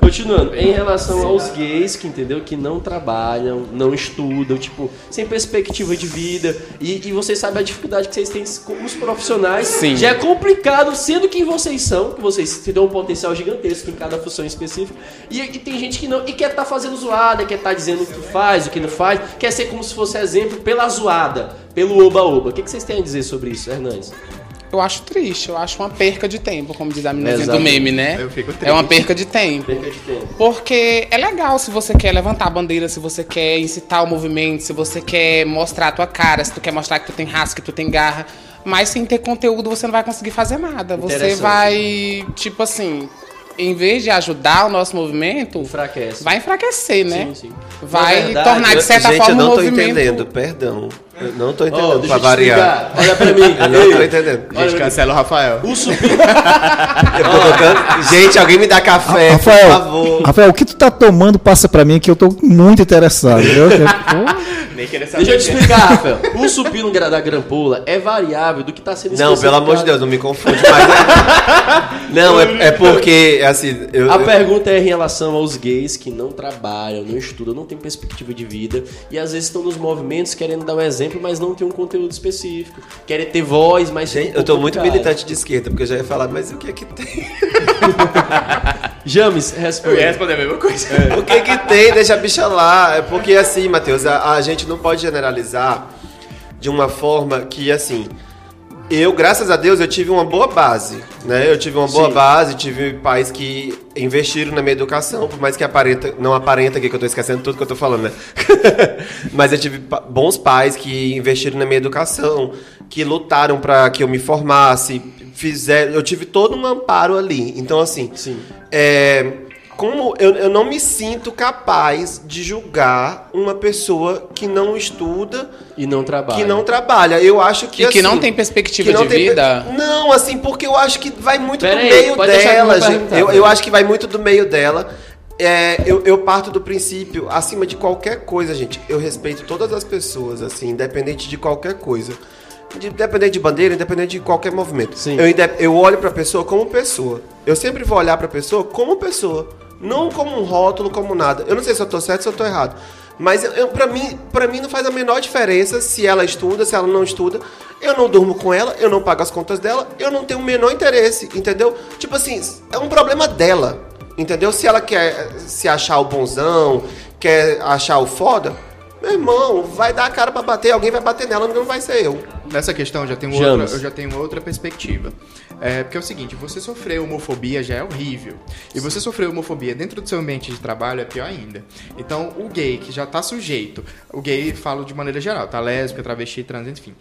Continuando, em relação aos gays que entendeu que não trabalham, não estudam, tipo, sem perspectiva de vida, e, e vocês sabem a dificuldade que vocês têm com os profissionais. Sim. Já é complicado, sendo que vocês são, que vocês se dão um potencial gigantesco em cada função específica. E, e tem gente que não, e quer tá fazendo zoada, quer tá dizendo o que faz, o que não faz, quer ser como se fosse exemplo pela zoada, pelo oba-oba. O que, que vocês têm a dizer sobre isso, Hernandes? Eu acho triste, eu acho uma perca de tempo, como diz a meninazinha Exato. do meme, né? Eu fico triste. É uma perca de tempo. Perca de tempo. Porque é legal se você quer levantar a bandeira, se você quer incitar o movimento, se você quer mostrar a tua cara, se tu quer mostrar que tu tem raça, que tu tem garra. Mas sem ter conteúdo você não vai conseguir fazer nada. Você Interessante. vai, tipo assim, em vez de ajudar o nosso movimento, Enfraquece. vai enfraquecer, né? Sim, sim. Vai Na verdade, tornar de certa gente, forma eu não um tô movimento. entendendo, perdão. Eu não tô Ó, entendendo, deixa Então, pra eu te variar. explicar. Olha pra mim. Eu não tô Ei. entendendo. Olha, Gente, cancela o Rafael. O subi- Eu tô tocando- Gente, alguém me dá café, Rafael, por favor. Rafael, o que tu tá tomando passa pra mim que eu tô muito interessado. viu? Nem queria saber. Deixa eu te explicar, Rafael. O supino gra- da grampola é variável do que tá sendo Não, pelo amor de Deus, não me confunde mais. né? não, é, é porque, assim, eu, A pergunta é em relação aos gays que não trabalham, não estudam, não têm perspectiva de vida e às vezes estão nos movimentos querendo dar um exemplo, mas não tem um conteúdo específico. Querem ter voz, mas. gente, eu tô Tá. muito militante de esquerda, porque eu já ia falar, mas o que é que tem? James, Eu ia responde. responder a mesma coisa. O que que tem? Deixa a bicha lá. É porque assim, Matheus, a, a gente não pode generalizar de uma forma que, assim, eu, graças a Deus, eu tive uma boa base, né? Eu tive uma boa Sim. base, tive pais que investiram na minha educação, por mais que aparenta, não aparenta aqui que eu tô esquecendo tudo que eu tô falando, né? Mas eu tive pa- bons pais que investiram na minha educação, que lutaram para que eu me formasse, fizeram, eu tive todo um amparo ali. Então, assim, Sim. é, como eu, eu não me sinto capaz de julgar uma pessoa que não estuda, E não trabalha. que não trabalha. Eu acho que E que assim, não tem perspectiva que não de tem- vida. Não, assim, porque eu acho que vai muito Pera do aí, meio pode deixar que eu vou dela, gente. perguntar, Eu, pera eu aí. acho que vai muito do meio dela. É, eu, eu parto do princípio, acima de qualquer coisa, gente, eu respeito todas as pessoas, assim, independente de qualquer coisa. De- Independente de bandeira, independente de qualquer movimento. Sim. Eu, inde- eu olho pra pessoa como pessoa. Eu sempre vou olhar pra pessoa como pessoa. Não como um rótulo, como nada. Eu não sei se eu tô certo, se eu tô errado. Mas eu, eu, pra, mim, pra mim não faz a menor diferença se ela estuda, se ela não estuda. Eu não durmo com ela, eu não pago as contas dela, eu não tenho o menor interesse, entendeu? Tipo assim, é um problema dela, entendeu? Se ela quer se achar o bonzão, quer achar o foda, meu irmão, vai dar a cara pra bater, alguém vai bater nela, não vai ser eu. Nessa questão já tenho James. outra, eu já tenho outra perspectiva. É, porque é o seguinte, você sofrer homofobia já é horrível. E você sofrer homofobia dentro do seu ambiente de trabalho é pior ainda. Então, o gay que já tá sujeito, o gay falo de maneira geral, tá lésbica, travesti, trans, enfim.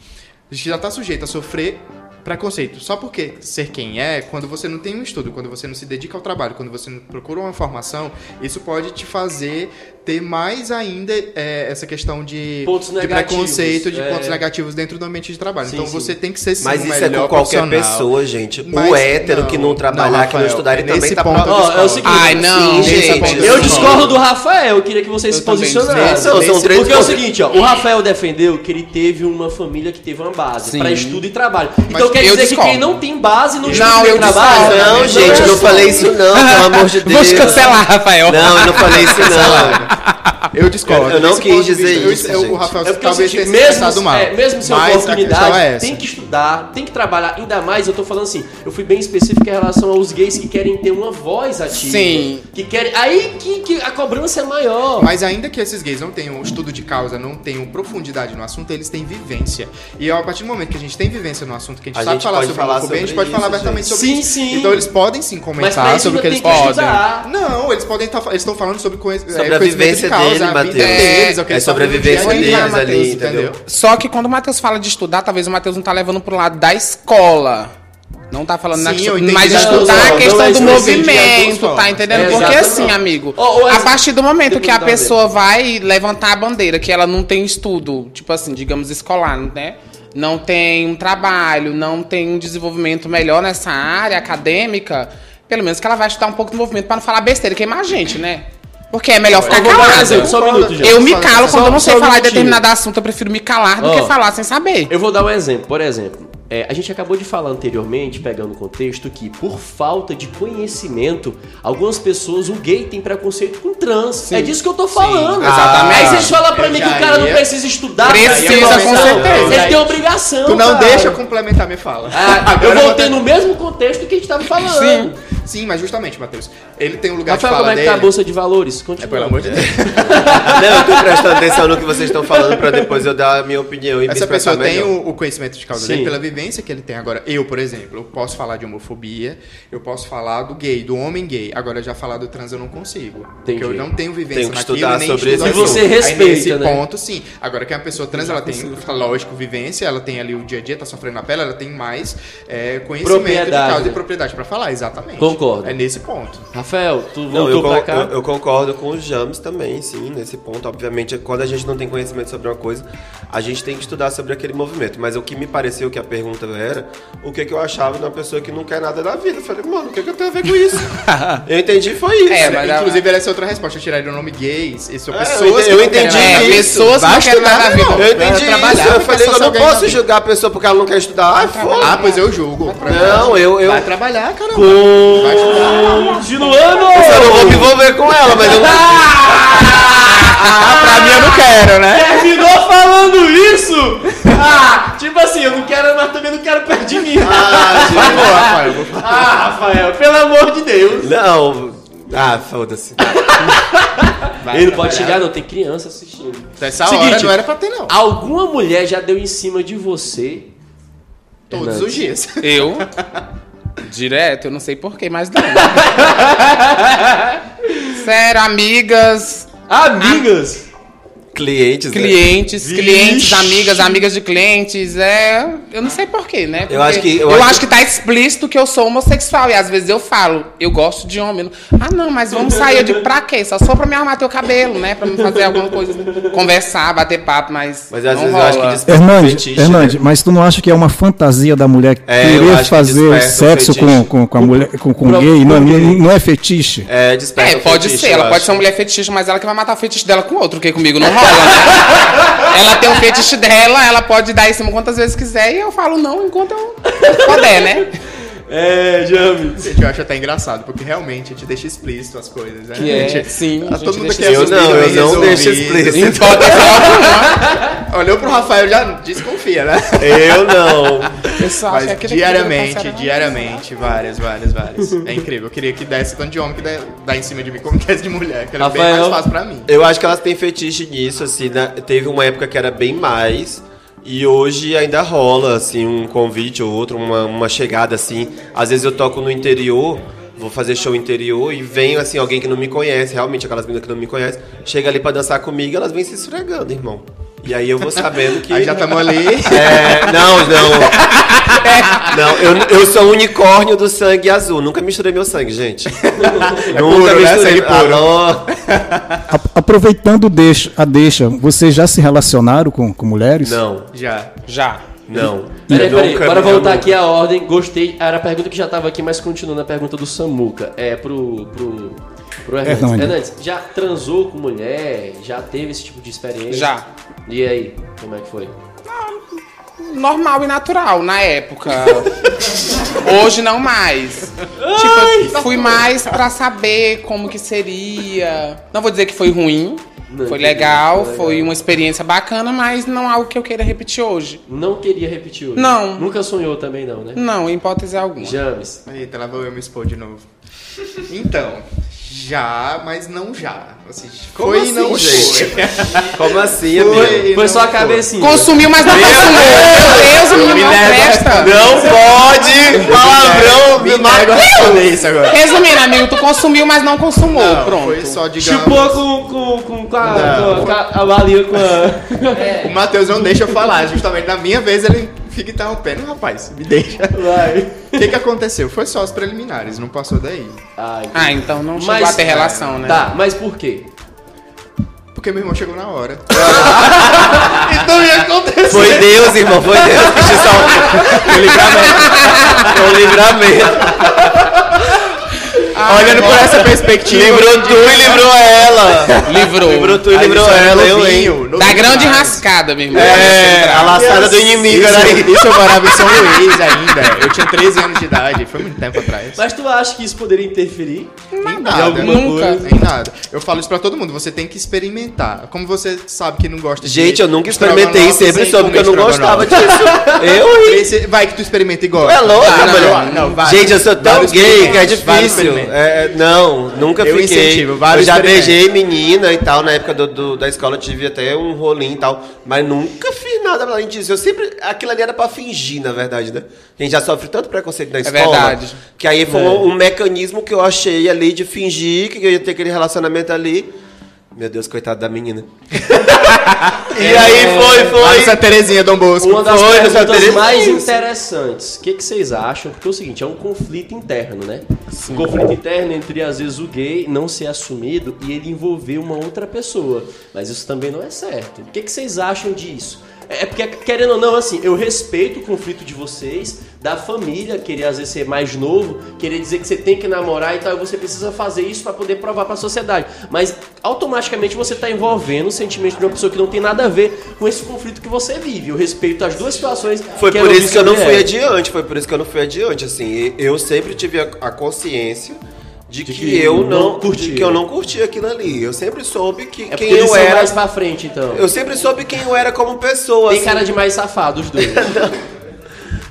Já tá sujeito a sofrer preconceito. Só porque ser quem é, quando você não tem um estudo, quando você não se dedica ao trabalho, quando você não procura uma formação, isso pode te fazer ter mais ainda é, essa questão de, Pontos de negativos, preconceito, de é. pontos negativos dentro do ambiente de trabalho. Sim, então sim. você tem que ser sim, Mas um isso é melhor com qualquer profissional. pessoa, gente. Mas o hétero que não trabalhar, que não Rafael, estudar, ele é também nesse tá ponto pro- eu Ó, é o discordo. seguinte, Ai, não, Sim, gente. gente. Eu discordo do Rafael, eu queria que vocês Eu se também posicionassem. discordo. São- são três Porque é o contra- seguinte, ó, o Rafael defendeu que ele teve uma família que teve uma base Sim. pra estudo e trabalho. Então Mas quer eu dizer que discordo. quem não tem base não estuda Não, nem eu trabalha? discordo. Não, é gente, eu não falei isso não, pelo amor de Deus. Vou te cancelar, Rafael. Não, eu não falei isso não. Eu discordo. Eu- eu não Desse quis ponto de dizer vista, eu- isso, eu- gente. O Rafael É porque eu talvez senti, tenha se expressado mesmo, mal. é, mesmo sem mas a questão oportunidade, é essa. tem que estudar, tem que trabalhar ainda mais. Eu tô falando assim, eu fui bem específico em relação aos gays que querem ter uma voz ativa. Sim. Que querem, aí que, que a cobrança é maior. Mas ainda que esses gays não tenham estudo de causa, não tenham profundidade no assunto, eles têm vivência. E é a partir do momento que a gente tem vivência no assunto, que a gente A sabe gente falar pode sobre falar homofobia, a gente sobre pode falar isso, abertamente gente. sobre Sim, isso. sim. Então eles podem sim Mas pra comentar isso sobre o que ainda eles tem que podem. estudar. Não, eles podem estar eles estão falando sobre, conhe... Sobre é, a conhecimento vivência de causa, dele, a vida Matheus. deles, o que É eles sobre a falam no vivência dia a dia, deles Matheus, ali, entendeu? Só que quando o Matheus fala de estudar, talvez o Matheus não tá levando pro lado da escola. Não tá falando na Sim, questão, eu entendi. mas Não, estudar não, é não, a questão não, do não, sim, de algumas movimento, formas. tá entendendo? É, Porque exatamente. assim, amigo, Ó, ó, a exa- partir do momento que a Nada a ver. pessoa vai levantar a bandeira que ela não tem estudo, tipo assim, digamos escolar, né? Não tem um trabalho, não tem um desenvolvimento melhor nessa área acadêmica, pelo menos que ela vai estudar um pouco do movimento pra não falar besteira, queimar a gente, né? Porque é melhor ficar Eu vou dar um calado. exemplo, só um minuto, gente. Eu me Só- calo quando só- eu não sei só um falar de minutinho. determinado assunto, eu prefiro me calar do Ó. que falar sem saber. Eu vou dar um exemplo. Por exemplo, é, a gente acabou de falar anteriormente, pegando o contexto, que por falta de conhecimento, algumas pessoas, o gay tem preconceito com trans. É disso que eu tô falando. exatamente. Aí vocês falam pra Eu mim que já o cara não ia- precisa estudar. Precisa, cara, e é com obrigação. certeza. Ele tem obrigação. Então Tu não tá. cara. deixa eu complementar minha fala. Ah, eu Agora voltei vou- no mesmo contexto que a gente tava falando. Sim. Sim, mas justamente, Matheus, ele tem um lugar Rafael, de fala como é que dele. tá a bolsa de valores? É, Continua. pelo amor de Deus. Não, eu tô prestando atenção no que vocês estão falando pra depois eu dar a minha opinião e me Essa expressar pessoa tem melhor. o, o conhecimento de causa Sim. dele pela vivência que ele tem. Agora, eu, por exemplo, eu posso falar de homofobia, eu posso falar do gay, do homem gay. Agora, já falar do trans eu não consigo. Entendi. Porque eu não tenho vivência Tenho que naquilo, estudar nem sobre esse estudo aquilo. assunto. Você Aí, respeita, nesse né? ponto, sim. Agora, que a pessoa trans, ela tem, tá, lógico, vivência, ela tem ali o dia a dia, tá sofrendo na pele, ela tem mais é, conhecimento de Propriedade, causa né? e propriedade pra falar, exatamente. Concordo. É nesse ponto. Rafael, tu Não, um voltou eu, con- pra cá. eu- eu concordo com o James também, sim, nesse ponto. Obviamente, quando a gente não tem conhecimento sobre uma coisa, a gente tem que estudar sobre aquele movimento. Mas o que me pareceu que a pergunta era o que, que eu achava de uma pessoa que não quer nada da vida. Eu falei, mano, o que, que eu tenho a ver com isso? eu entendi, foi isso. É, mas a- Inclusive, era essa outra resposta. Eu tiraria o nome gays. Isso são É, pessoas eu que não entendi querem nada. isso. pessoas que não querem estudar, nada da vida. não. Eu entendi Trabalhar, isso. Eu porque falei, só eu não alguém posso na vida. julgar a pessoa porque ela não quer estudar. Ai, Ah, foda pois eu julgo. Não, eu... eu... Vai trabalhar, caramba. Vai estudar. Continuando! Eu não vou me envolver com ela, mas eu não... Ah, pra mim eu não quero, né? Terminou falando isso! Ah, tipo assim, eu não quero, mas também não quero perder de mim. Ah, Vai Tá boa, Rafael. Ah, Rafael, pelo amor de Deus. Não... Ah, foda-se. Ele não pode chegar, não, tem criança assistindo. Essa hora Seguinte. não é? era pra ter, não. Alguma mulher já deu em cima de você? Todos os dias. Eu? Direto, eu não sei porquê, mas não. Sério, amigas, Amigas! Clientes, né? clientes, Vixe. clientes, amigas, amigas de clientes, é. Eu não sei porquê, né? Porque acho que- eu eu acho acho que tá explícito que eu sou homossexual. E às vezes eu falo, eu gosto de homem. Ah, não, mas vamos sair. Eu digo, pra quê? Só só pra me arrumar teu cabelo, né? Pra me fazer alguma coisa. Conversar, bater papo, mas. Mas às não vezes eu rola. acho que desperta Hernandes, fetiche, né? Hernandes, mas tu não acha que é uma fantasia da mulher que É, eu acho querer que fazer desperta o sexo com, fetiche. com, com a mulher, com, com Pro- gay? Não, pro gay. não é fetiche? É, desperta É, o pode fetiche, ser. Ela eu pode acho. ser uma mulher fetichista, mas ela que vai matar o fetiche dela com outro, porque comigo não rola. né? ela tem um fetiche dela, ela pode dar em cima quantas vezes quiser e eu falo não enquanto eu puder, né? É, James. Gente, eu acho até engraçado, porque realmente a gente deixa explícito as coisas, né? Que é, Gente, sim, tá a gente todo mundo deixa aqui Então, Eu assumido, não, eu bem não deixo resolvido. explícito. tá Olhou pro Rafael já desconfia, né? Eu não. Pessoal, Mas acho que é aquele que diariamente, eu passava- diariamente, várias, várias, várias. É incrível. Eu queria que desse tanto de homem que dá, dá em cima de mim como desse de mulher, que era bem mais Rafael. fácil pra mim. Eu acho que elas têm fetiche nisso, assim, né? Teve uma época que era bem mais. E hoje ainda rola, assim, um convite ou outro, uma, uma chegada, assim. Às vezes eu toco no interior, vou fazer show interior e vem, assim, alguém que não me conhece, realmente, aquelas meninas que não me conhecem, chega ali pra dançar comigo, elas vêm se esfregando, irmão. E aí eu vou sabendo que. Aí já tá estamos ali. É, não, não. Não, eu, eu sou um unicórnio do sangue azul. Nunca misturei meu sangue, gente. Nunca puro, né? Sangue puro. Ah, A- Aproveitando deixa- a deixa, vocês já se relacionaram com, com mulheres? não, Já. Já. não. Peraí, Eu peraí, nunca- bora eu voltar nunca- aqui à ordem. Gostei. Era a pergunta que já tava aqui, mas continuando a pergunta do Samuca. É pro. pro. pro Hernandes. Hernandes. Hernandes, já transou com mulher? Já teve esse tipo de experiência? Já. E aí, como é que foi? Normal e natural na época. Hoje não mais. tipo, eu fui mais pra saber como que seria. Não vou dizer que foi ruim. Não, foi entendi, legal, foi foi legal. uma experiência bacana, mas não é algo que eu queira repetir hoje. Não queria repetir hoje. Não. Nunca sonhou também, não, né? Não, em hipótese alguma. James. Eita, lá vou eu me expor de novo. Então, já, mas não já. Assim, Como foi e assim, não gente? foi. Como assim, Foi. amigo? E Foi não só a foi. cabecinha. Consumiu, mas não consumiu. Meu Deus, o menino não presta. Não pode! Palavrão! Me magoa. isso agora. Resumindo, amigo, tu consumiu, mas não consumou. Não, Pronto. Foi só, digamos... Chupou com, com, com, com a, Não. com a, com a, a balinha com a. O Matheus não deixa eu falar, justamente na minha vez ele fica interrompendo. Rapaz, me deixa. Vai. O que, que aconteceu? Foi só os preliminares, não passou daí. Ai, Ah, então não chegou Mas- a ter relação, né? Tá, mas por quê? Porque meu irmão chegou na hora. então ia acontecer. Foi Deus, irmão, foi Deus que te salvou. Foi livramento. Foi um livramento. Ah, Olhando por essa perspectiva. Livrou tu e livrou ela. Livrou. Livrou tu e Aí livrou só ela, eu, novinho, hein? novinho Da grande demais. rascada, meu irmão. É, a laçada do inimigo né? Isso, era aí. isso eu morava em São Luís ainda. Eu tinha 13 anos de idade, foi muito tempo atrás. Mas tu acha que isso poderia interferir? Em nada. alguma Nunca. coisa. Em nada. Eu falo isso pra todo mundo, você tem que experimentar. Como você sabe que não gosta de Gente, eu nunca experimentei, estrogonofe sempre sem soube que eu não comer gostava disso. Eu, hein? Esse- Vai que tu experimenta e gosta. É louco, Ah, não, mulher. não, não, vai. Gente, eu sou tão Vários gay que é experimentos, vários difícil. experimentos. É, não, nunca Eu fiquei. incentivo, vários Eu já experimentos. beijei menina e tal, na época do, do- da escola eu tive até um rolinho e tal. Mas nunca fiz nada além disso. Eu sempre. Aquilo ali era pra fingir, na verdade, né? A gente já sofre tanto preconceito É na escola. verdade. Que aí foi um, um mecanismo que eu achei ali de fingir que eu ia ter aquele relacionamento ali. Meu Deus, coitado da menina. e É. aí foi, Lá foi. no Santa Terezinha, Dom Bosco. Uma das Foi, eu só perguntas teria mais isso. interessantes. O que, que vocês acham? Porque é o seguinte, é um conflito interno, né? Um conflito interno entre, às vezes, o gay não ser assumido e ele envolver uma outra pessoa. Mas isso também não é certo. O que, que vocês acham disso? É porque, querendo ou não, assim, eu respeito o conflito de vocês, da família, querer às vezes ser mais novo, querer dizer que você tem que namorar e tal, e você precisa fazer isso pra poder provar pra sociedade. Mas automaticamente você tá envolvendo o sentimento de uma pessoa que não tem nada a ver com esse conflito que você vive. Eu respeito as duas situações. Foi Quero por ouvir isso que eu não sobre fui ela. adiante, foi por isso que eu não fui adiante, assim. E Eu sempre tive a, a consciência de, que, eu não, curti, que eu não curti aquilo ali. Eu sempre soube que É quem porque eles eu são era, mais pra frente, então. eu sempre soube quem eu era como pessoa. Tem assim. cara de mais safado os dois.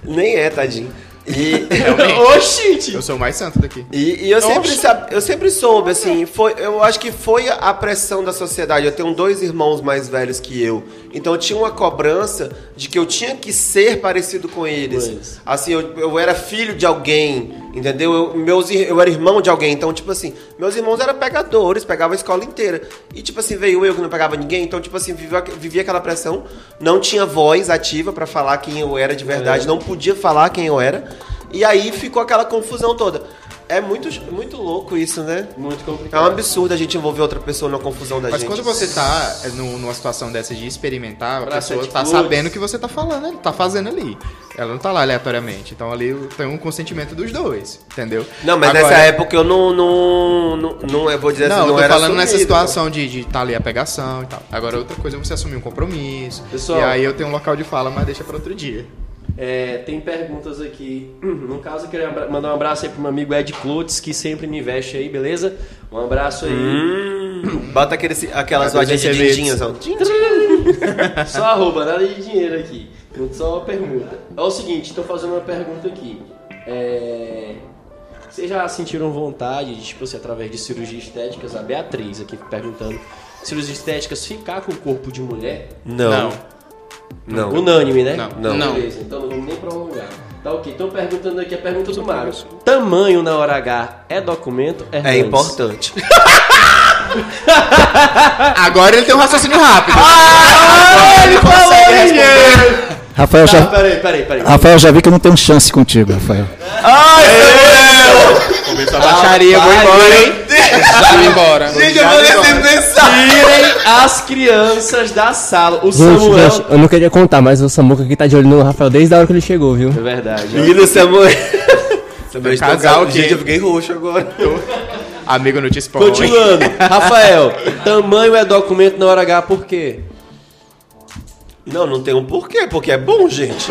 Nem é, tadinho. E É um- Oxi! Eu sou o mais santo daqui. E, e eu, sempre, Oxe. sab- eu sempre soube, assim, foi, eu acho que foi a pressão da sociedade. Eu tenho dois irmãos mais velhos que eu. Então eu tinha uma cobrança de que eu tinha que ser parecido com eles. Pois. Assim, eu, eu era filho de alguém, entendeu? Eu, meus, ir- eu era irmão de alguém. Então, tipo assim, meus irmãos eram pegadores, pegavam a escola inteira. E, tipo assim, veio eu que não pegava ninguém. Então, tipo assim, vivia, vivia aquela pressão. Não tinha voz ativa pra falar quem eu era de É. verdade. Não podia falar quem eu era. E aí ficou aquela confusão toda. É muito, muito louco isso, né? Muito complicado. É um absurdo a gente envolver outra pessoa na confusão da Mas gente. quando você tá é, nu- numa situação dessa de experimentar, a Praça pessoa de tá flores. sabendo o que você tá falando, né? tá fazendo ali. Ela não tá lá aleatoriamente. Então ali tem um consentimento dos dois, entendeu? Não, mas Agora- nessa época eu não. Não, não, não- eu vou dizer Não, assim, eu não tô era. falando nessa assumido. situação de estar tá ali a pegação e tal. Agora outra coisa é você assumir um compromisso. Pessoal. E aí eu tenho um local de fala, mas deixa pra outro dia. É, tem perguntas aqui. No caso, eu queria abra- mandar um abraço aí pro meu amigo Ed Klutz, que sempre me veste aí, beleza? Um abraço aí. Hum, bota aquele, aquelas Cadê rodinhas de os eventos? dindinhas, ó. Só arroba, nada de dinheiro aqui. Só uma pergunta. É o seguinte, tô fazendo uma pergunta aqui. É... Vocês já sentiram vontade de, tipo assim, através de cirurgias estéticas, a Beatriz aqui perguntando, cirurgias estéticas ficar com o corpo de mulher? Não. Não. Unânime, né? Não. Não. Beleza, então não vamos nem prolongar. Tá ok. Estão perguntando aqui a pergunta do Mário. Tamanho na hora H é documento? É Hernandes? importante. Agora ele tem um raciocínio rápido. Ah, ele falou, Rafael, Tá, já, peraí, peraí, peraí. Rafael, já vi que eu não tenho chance contigo, Rafael. Essa baixaria, vou embora, hein? Vai embora. Gente, eu falei sem pensar. Tirem as crianças da sala. O Gente, Samuel. gente, eu não queria contar, mas o Samuca aqui tá de olho no Rafael desde a hora que ele chegou, viu? É verdade. ó. Menino, Samuel. Samuel está Casal casado. Gente, gay. eu fiquei roxo agora. Amigo notícia pra Continuando. Rafael, tamanho é documento na hora H por quê? Não, não tem um porquê, porque é bom, gente.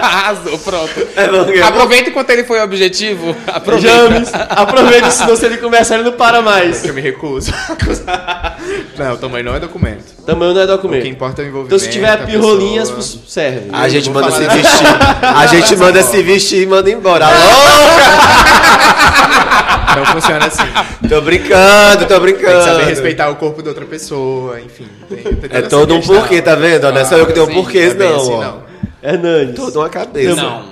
Arrasou, pronto. É bom, é bom. Aproveita enquanto ele foi objetivo. Aproveita. James, aproveita, senão se ele começar, ele não para mais. Eu me recuso. não, o tamanho não é documento. Tamanho não é O que documento. importa é o envolvimento. Então se tiver a pirrolinhas, pessoa. serve. A gente Vou manda falar se nada. vestir. A gente manda se vestir e manda embora. Alô? Não funciona assim. Tô brincando, tô brincando. Tem que saber respeitar o corpo da outra pessoa, enfim. Tem, tem toda É essa todo um questão. porquê, tá vendo? Não é só eu que tenho um sim, porquê, é bem não. assim, ó. não. Hernandes. Toda uma cabeça. Não.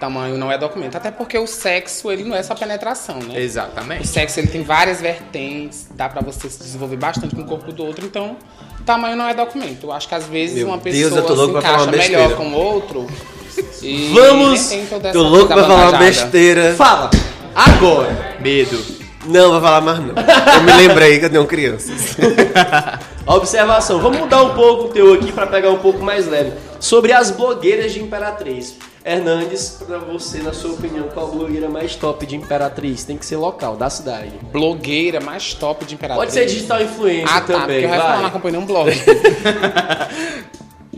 Tamanho não é documento. Até porque o sexo, ele não é só penetração, né? O Exatamente. sexo ele tem várias vertentes, dá pra você se desenvolver bastante com o corpo do outro, então tamanho não é documento. Eu acho que às vezes Meu uma Deus, pessoa eu tô louco se pra falar encaixa uma melhor besteira. com o outro. E Vamos! nem tem toda essa Tô louco coisa pra falar uma avantajada. besteira. Fala, agora. Medo. Não, vou falar mais não. Eu me lembrei que eu tenho crianças. Observação. Vamos mudar um pouco o teu aqui pra pegar um pouco mais leve. Sobre as blogueiras de Imperatriz. Hernandes, pra você, na sua opinião, qual blogueira mais top de Imperatriz? Tem que ser local, da cidade. Blogueira mais top de Imperatriz. Pode ser digital influencer Ah, tá, porque também, eu ia falar, não vai. acompanho um blog.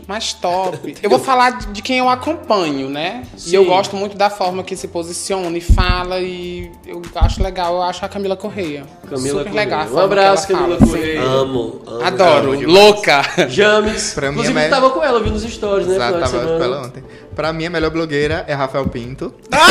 Mas top. Eu vou falar de- de quem eu acompanho, né? E eu Sim. gosto muito da forma que se posiciona e fala. E eu acho legal, eu acho a Camila Correia. Camila Super Correia. legal. a Um forma abraço, que ela Camila fala, assim. Correia. Amo, amo. Adoro, Amo demais. louca. James. Pra mim, Inclusive, é tu mais- tava com ela, eu vi nos stories, né? Exato, final de tava semana. com ela ontem. Pra mim, a melhor blogueira é Rafael Pinto. Ah!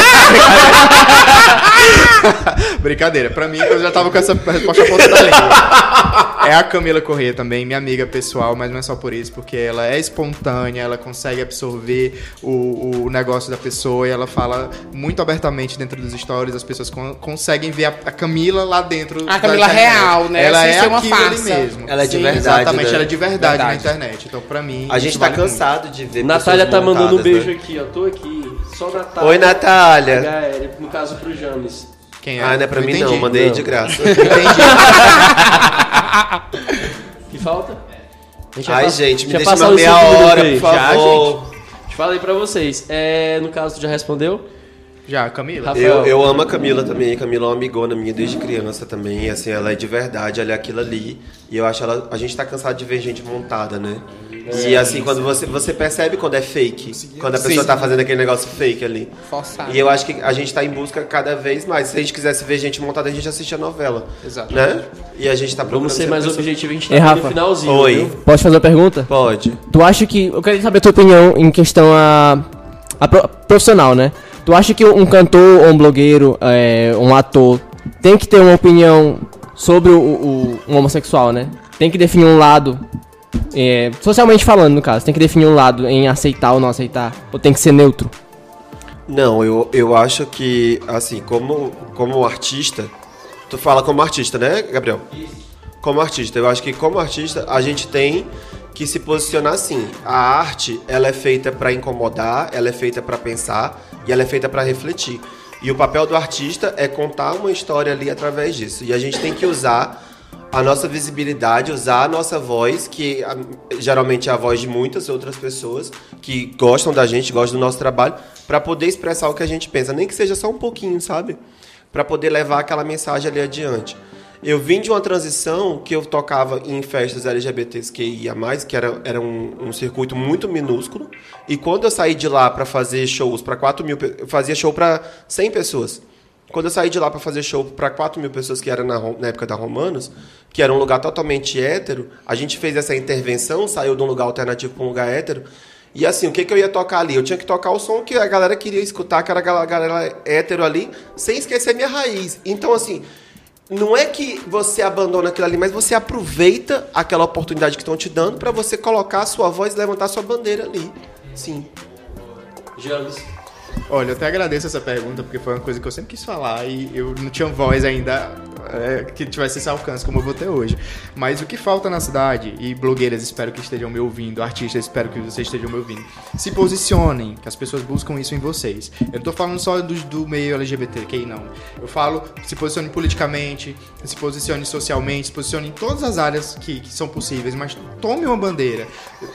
Brincadeira, pra mim eu já tava com essa resposta à ponta da língua. É a Camila Corrêa também, minha amiga pessoal, mas não é só por isso, porque ela é espontânea, ela consegue absorver o, o negócio da pessoa e ela fala muito abertamente dentro dos stories, as pessoas con- conseguem ver a, a Camila lá dentro. A da Camila internet. real, né? Ela Sem é ser uma aquilo ali farsa. mesmo. Ela é de Sim, verdade, Exatamente, né? ela é de verdade, Verdade. na internet. Então, pra mim. A gente isso tá vale muito. cansado de ver. Natália tá pessoas mandando um montadas, beijo né? aqui, ó. Tô aqui. Só Natália. Oi, Natália. HL, no caso pro James. Quem é? Ah, não é pra mim não, entendi. mandei Não. de graça. Que falta? Deixa Ai, pa- gente, me deixa deixa passar uma os meia cinco minutos hora, aí. por Já, gente. favor. Falei pra vocês. É, no caso, tu já respondeu? Já, Camila. Rafael. Eu, eu amo a Camila também. Camila é uma amigona minha desde criança também. Assim, ela é de verdade, ela é aquilo ali. E eu acho ela. A gente tá cansado de ver gente montada, né? É E assim, quando você, você percebe quando é fake. Quando a pessoa tá fazendo aquele negócio fake ali. Forçada. E eu acho que a gente tá em busca cada vez mais. Se a gente quisesse ver gente montada, a gente assiste a novela. Exato. Né? E a gente tá procurando. Vamos ser mais sempre objetivo, a gente Ei, tá aqui no Rafa. finalzinho. pessoas- Oi. viu? Posso fazer uma pergunta? Pode. Tu acha que. Eu quero saber a tua opinião em questão a. a pro- profissional, né? Tu acha que um cantor, ou um blogueiro, é, um ator, tem que ter uma opinião sobre o, o- um homossexual, né? Tem que definir um lado. é, socialmente falando, no caso, tem que definir um lado em aceitar ou não aceitar. Ou tem que ser neutro. Não, eu, eu acho que, assim, como, como artista, tu fala como artista, né, Gabriel? Como artista, eu acho que como artista a gente tem que se posicionar assim. A arte, ela é feita para incomodar, ela é feita para pensar e ela é feita para refletir. E o papel do artista é contar uma história ali através disso. E a gente tem que usar a nossa visibilidade, usar a nossa voz, que ah, geralmente é a voz de muitas outras pessoas que gostam da gente, gostam do nosso trabalho, para poder expressar o que a gente pensa, nem que seja só um pouquinho, sabe? Para poder levar aquela mensagem ali adiante. Eu vim de uma transição que eu tocava em festas LGBTs que ia mais, que era, era um, um circuito muito minúsculo. E quando eu saí de lá para fazer shows para 4 mil, pe- eu fazia show para 100 pessoas. Quando eu saí de lá para fazer show para 4 mil pessoas que era na, Ro- na época da Romanos, que era um lugar totalmente hétero, a gente fez essa intervenção, saiu de um lugar alternativo para um lugar hétero. E assim, o que, que eu ia tocar ali? Eu tinha que tocar o som que a galera queria escutar, que era a gal- a galera hétero ali, sem esquecer minha raiz. Então, assim, não é que você abandona aquilo ali, mas você aproveita aquela oportunidade que estão te dando para você colocar a sua voz e levantar a sua bandeira ali. Sim. Jones. Olha, eu até agradeço essa pergunta, porque foi uma coisa que eu sempre quis falar e eu não tinha voz ainda é, que tivesse esse alcance como eu vou ter hoje. Mas o que falta na cidade, e blogueiras espero que estejam me ouvindo, artistas espero que vocês estejam me ouvindo, se posicionem, que as pessoas buscam isso em vocês. Eu não tô falando só do, do meio LGBTQI, não. Eu falo, se posicione politicamente, se posicione socialmente, se posicione em todas as áreas que, que são possíveis, mas tome uma bandeira.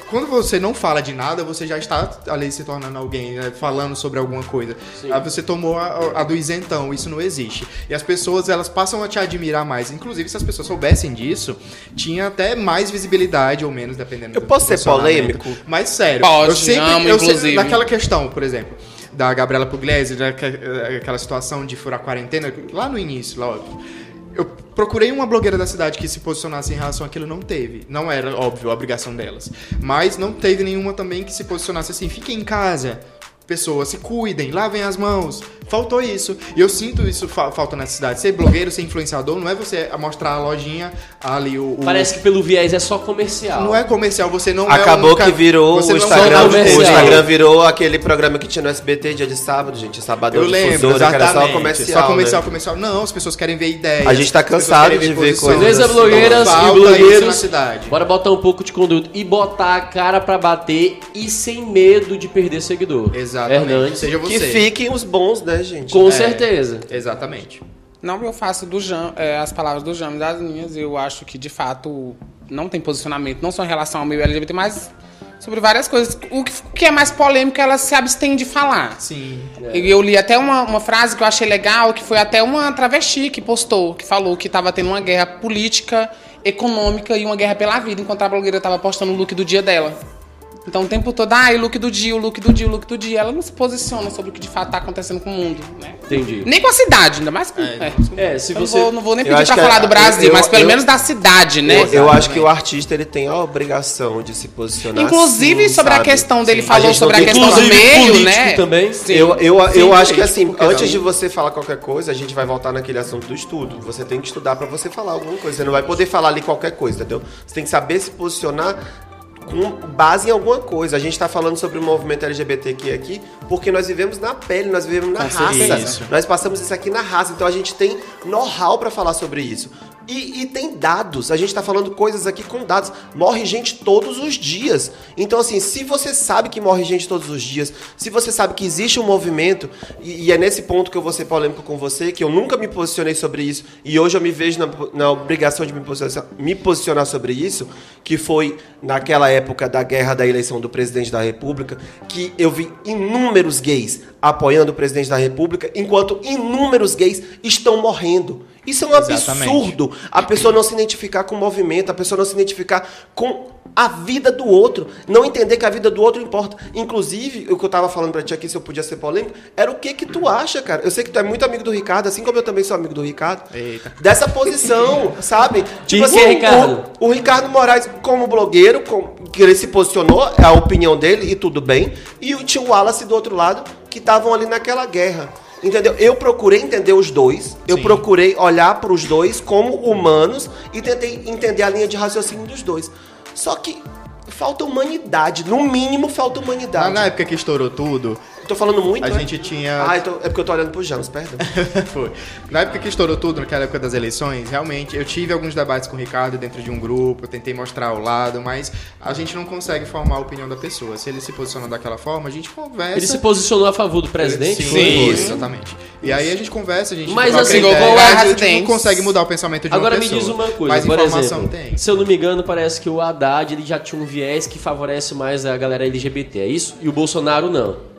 Quando você não fala de nada, você já está ali se tornando alguém, né, falando sobre alguma coisa. Aí você tomou a, a do isentão, isso não existe. E as pessoas, elas passam a te admirar mais. Inclusive, se as pessoas soubessem disso, tinha até mais visibilidade ou menos, dependendo Eu posso ser posicionamento. polêmico? Mas sério, Pode, eu sempre, amo, eu sempre- inclusive. naquela questão, por exemplo, da Gabriela Pugliese, né, daque- é, aquela situação de furar quarentena, lá no início, lá, óbvio. Eu procurei uma blogueira da cidade que se posicionasse em relação àquilo, não teve. Não era, óbvio, a obrigação delas. Mas não teve nenhuma também que se posicionasse assim, fiquem em casa, pessoas, se cuidem, lavem as mãos. Faltou isso. E eu sinto isso fa- falta na cidade. Ser blogueiro, ser influenciador, não é você mostrar a lojinha ali, o... o- Parece que pelo viés é só comercial. Não é comercial, você não é Acabou um ca- que virou você o não é um Instagram. comercial. O Instagram virou aquele programa que tinha no SBT dia de sábado, gente. Sábado Eu de lembro, difusora, que era exatamente. só comercial. Só comercial, né? comercial. Não, as pessoas querem ver ideias. A gente tá as pessoas cansado querem de ver posições. coisas Beleza, assim. blogueiras e Falta isso na blogueiros. cidade. Bora botar um pouco de conduta e botar a cara pra bater e sem medo de perder seguidor. Exatamente. Hernandes. Seja você. Que fiquem os bons, né, gente? É. Com certeza. Exatamente. Não, eu faço do Jam, é, as palavras do Jam das minhas. Eu acho que, de fato, não tem posicionamento, não só em relação ao meio LGBT, mas sobre várias coisas. O que, o que é mais polêmico, ela se abstém de falar. Sim. E É. Eu li até uma, uma frase que eu achei legal, que foi até uma travesti que postou, que falou que estava tendo uma guerra política, econômica e uma guerra pela vida, enquanto a blogueira estava postando o look do dia dela. Então o tempo todo, ai, look do dia, o look do dia, o look do dia. Ela não se posiciona sobre o que de fato está acontecendo com o mundo, né? Entendi. Nem com a cidade, ainda mais com. É, é. É, se Eu não você. vou, não vou nem Eu pedir acho pra que a- falar do Brasil, eu- mas pelo eu- menos da cidade, né? Eu, eu acho que o artista ele tem a obrigação de se posicionar. Inclusive, sim, sobre a sabe? questão dele, Sim. falou gente sobre não a tem- questão do inclusive meio, político né? também. Sim. Eu, eu, eu Sim, acho que assim, porque antes não. de você falar qualquer coisa, a gente vai voltar naquele assunto do estudo. Você tem que estudar pra você falar alguma coisa. Você não vai poder falar ali qualquer coisa, entendeu? Você tem que saber se posicionar com base em alguma coisa. A gente tá falando sobre o movimento LGBTQ aqui, porque nós vivemos na pele, nós vivemos na raça. isso. Nós passamos isso aqui na raça, então a gente tem know-how pra falar sobre isso. E, e tem dados, a gente tá falando coisas aqui com dados. Morre gente todos os dias. Então, assim, se você sabe que morre gente todos os dias, se você sabe que existe um movimento, e, e é nesse ponto que eu vou ser polêmico com você, que eu nunca me posicionei sobre isso, e hoje eu me vejo na, na obrigação de me posicionar, me posicionar sobre isso, que foi naquela época da guerra da eleição do presidente da República, que eu vi inúmeros gays apoiando o presidente da República, enquanto inúmeros gays estão morrendo. Isso é um Exatamente. absurdo. A pessoa não se identificar com o movimento, a pessoa não se identificar com a vida do outro, não entender que a vida do outro importa. Inclusive, o que eu tava falando pra ti aqui, se eu podia ser polêmico, era o que que tu acha, cara? Eu sei que tu é muito amigo do Ricardo, assim como eu também sou amigo do Ricardo. Eita. Dessa posição, sabe? Tipo assim, Diz que é o- Ricardo. o- o Ricardo Moraes, como blogueiro, com- que ele se posicionou, é a opinião dele e tudo bem. E o tio Wallace do outro lado, que estavam ali naquela guerra. Entendeu? Eu procurei entender os dois. Eu Sim. procurei olhar para os dois como humanos e tentei entender a linha de raciocínio dos dois. Só que falta humanidade. No mínimo, falta Na, humanidade. na época que estourou tudo, Tô falando muito, a né? gente tinha. Ah, então- é porque eu tô olhando pro James, perdão. Foi. Na época que estourou tudo, naquela época das eleições, realmente, eu tive alguns debates com o Ricardo dentro de um grupo, eu tentei mostrar o lado, mas a gente não consegue formar a opinião da pessoa. Se ele se posicionar daquela forma, a gente conversa. Ele se posicionou a favor do presidente? Sim, foi? foi, exatamente. E aí a gente conversa, a gente Mas troca assim, ideia, qual é a a gente residência? não consegue mudar o pensamento de Agora uma me pessoa. diz uma coisa, mas por informação exemplo, tem. é se eu não me engano, parece que o Haddad ele já tinha um viés que favorece mais a galera LGBT, é isso? E o Bolsonaro não.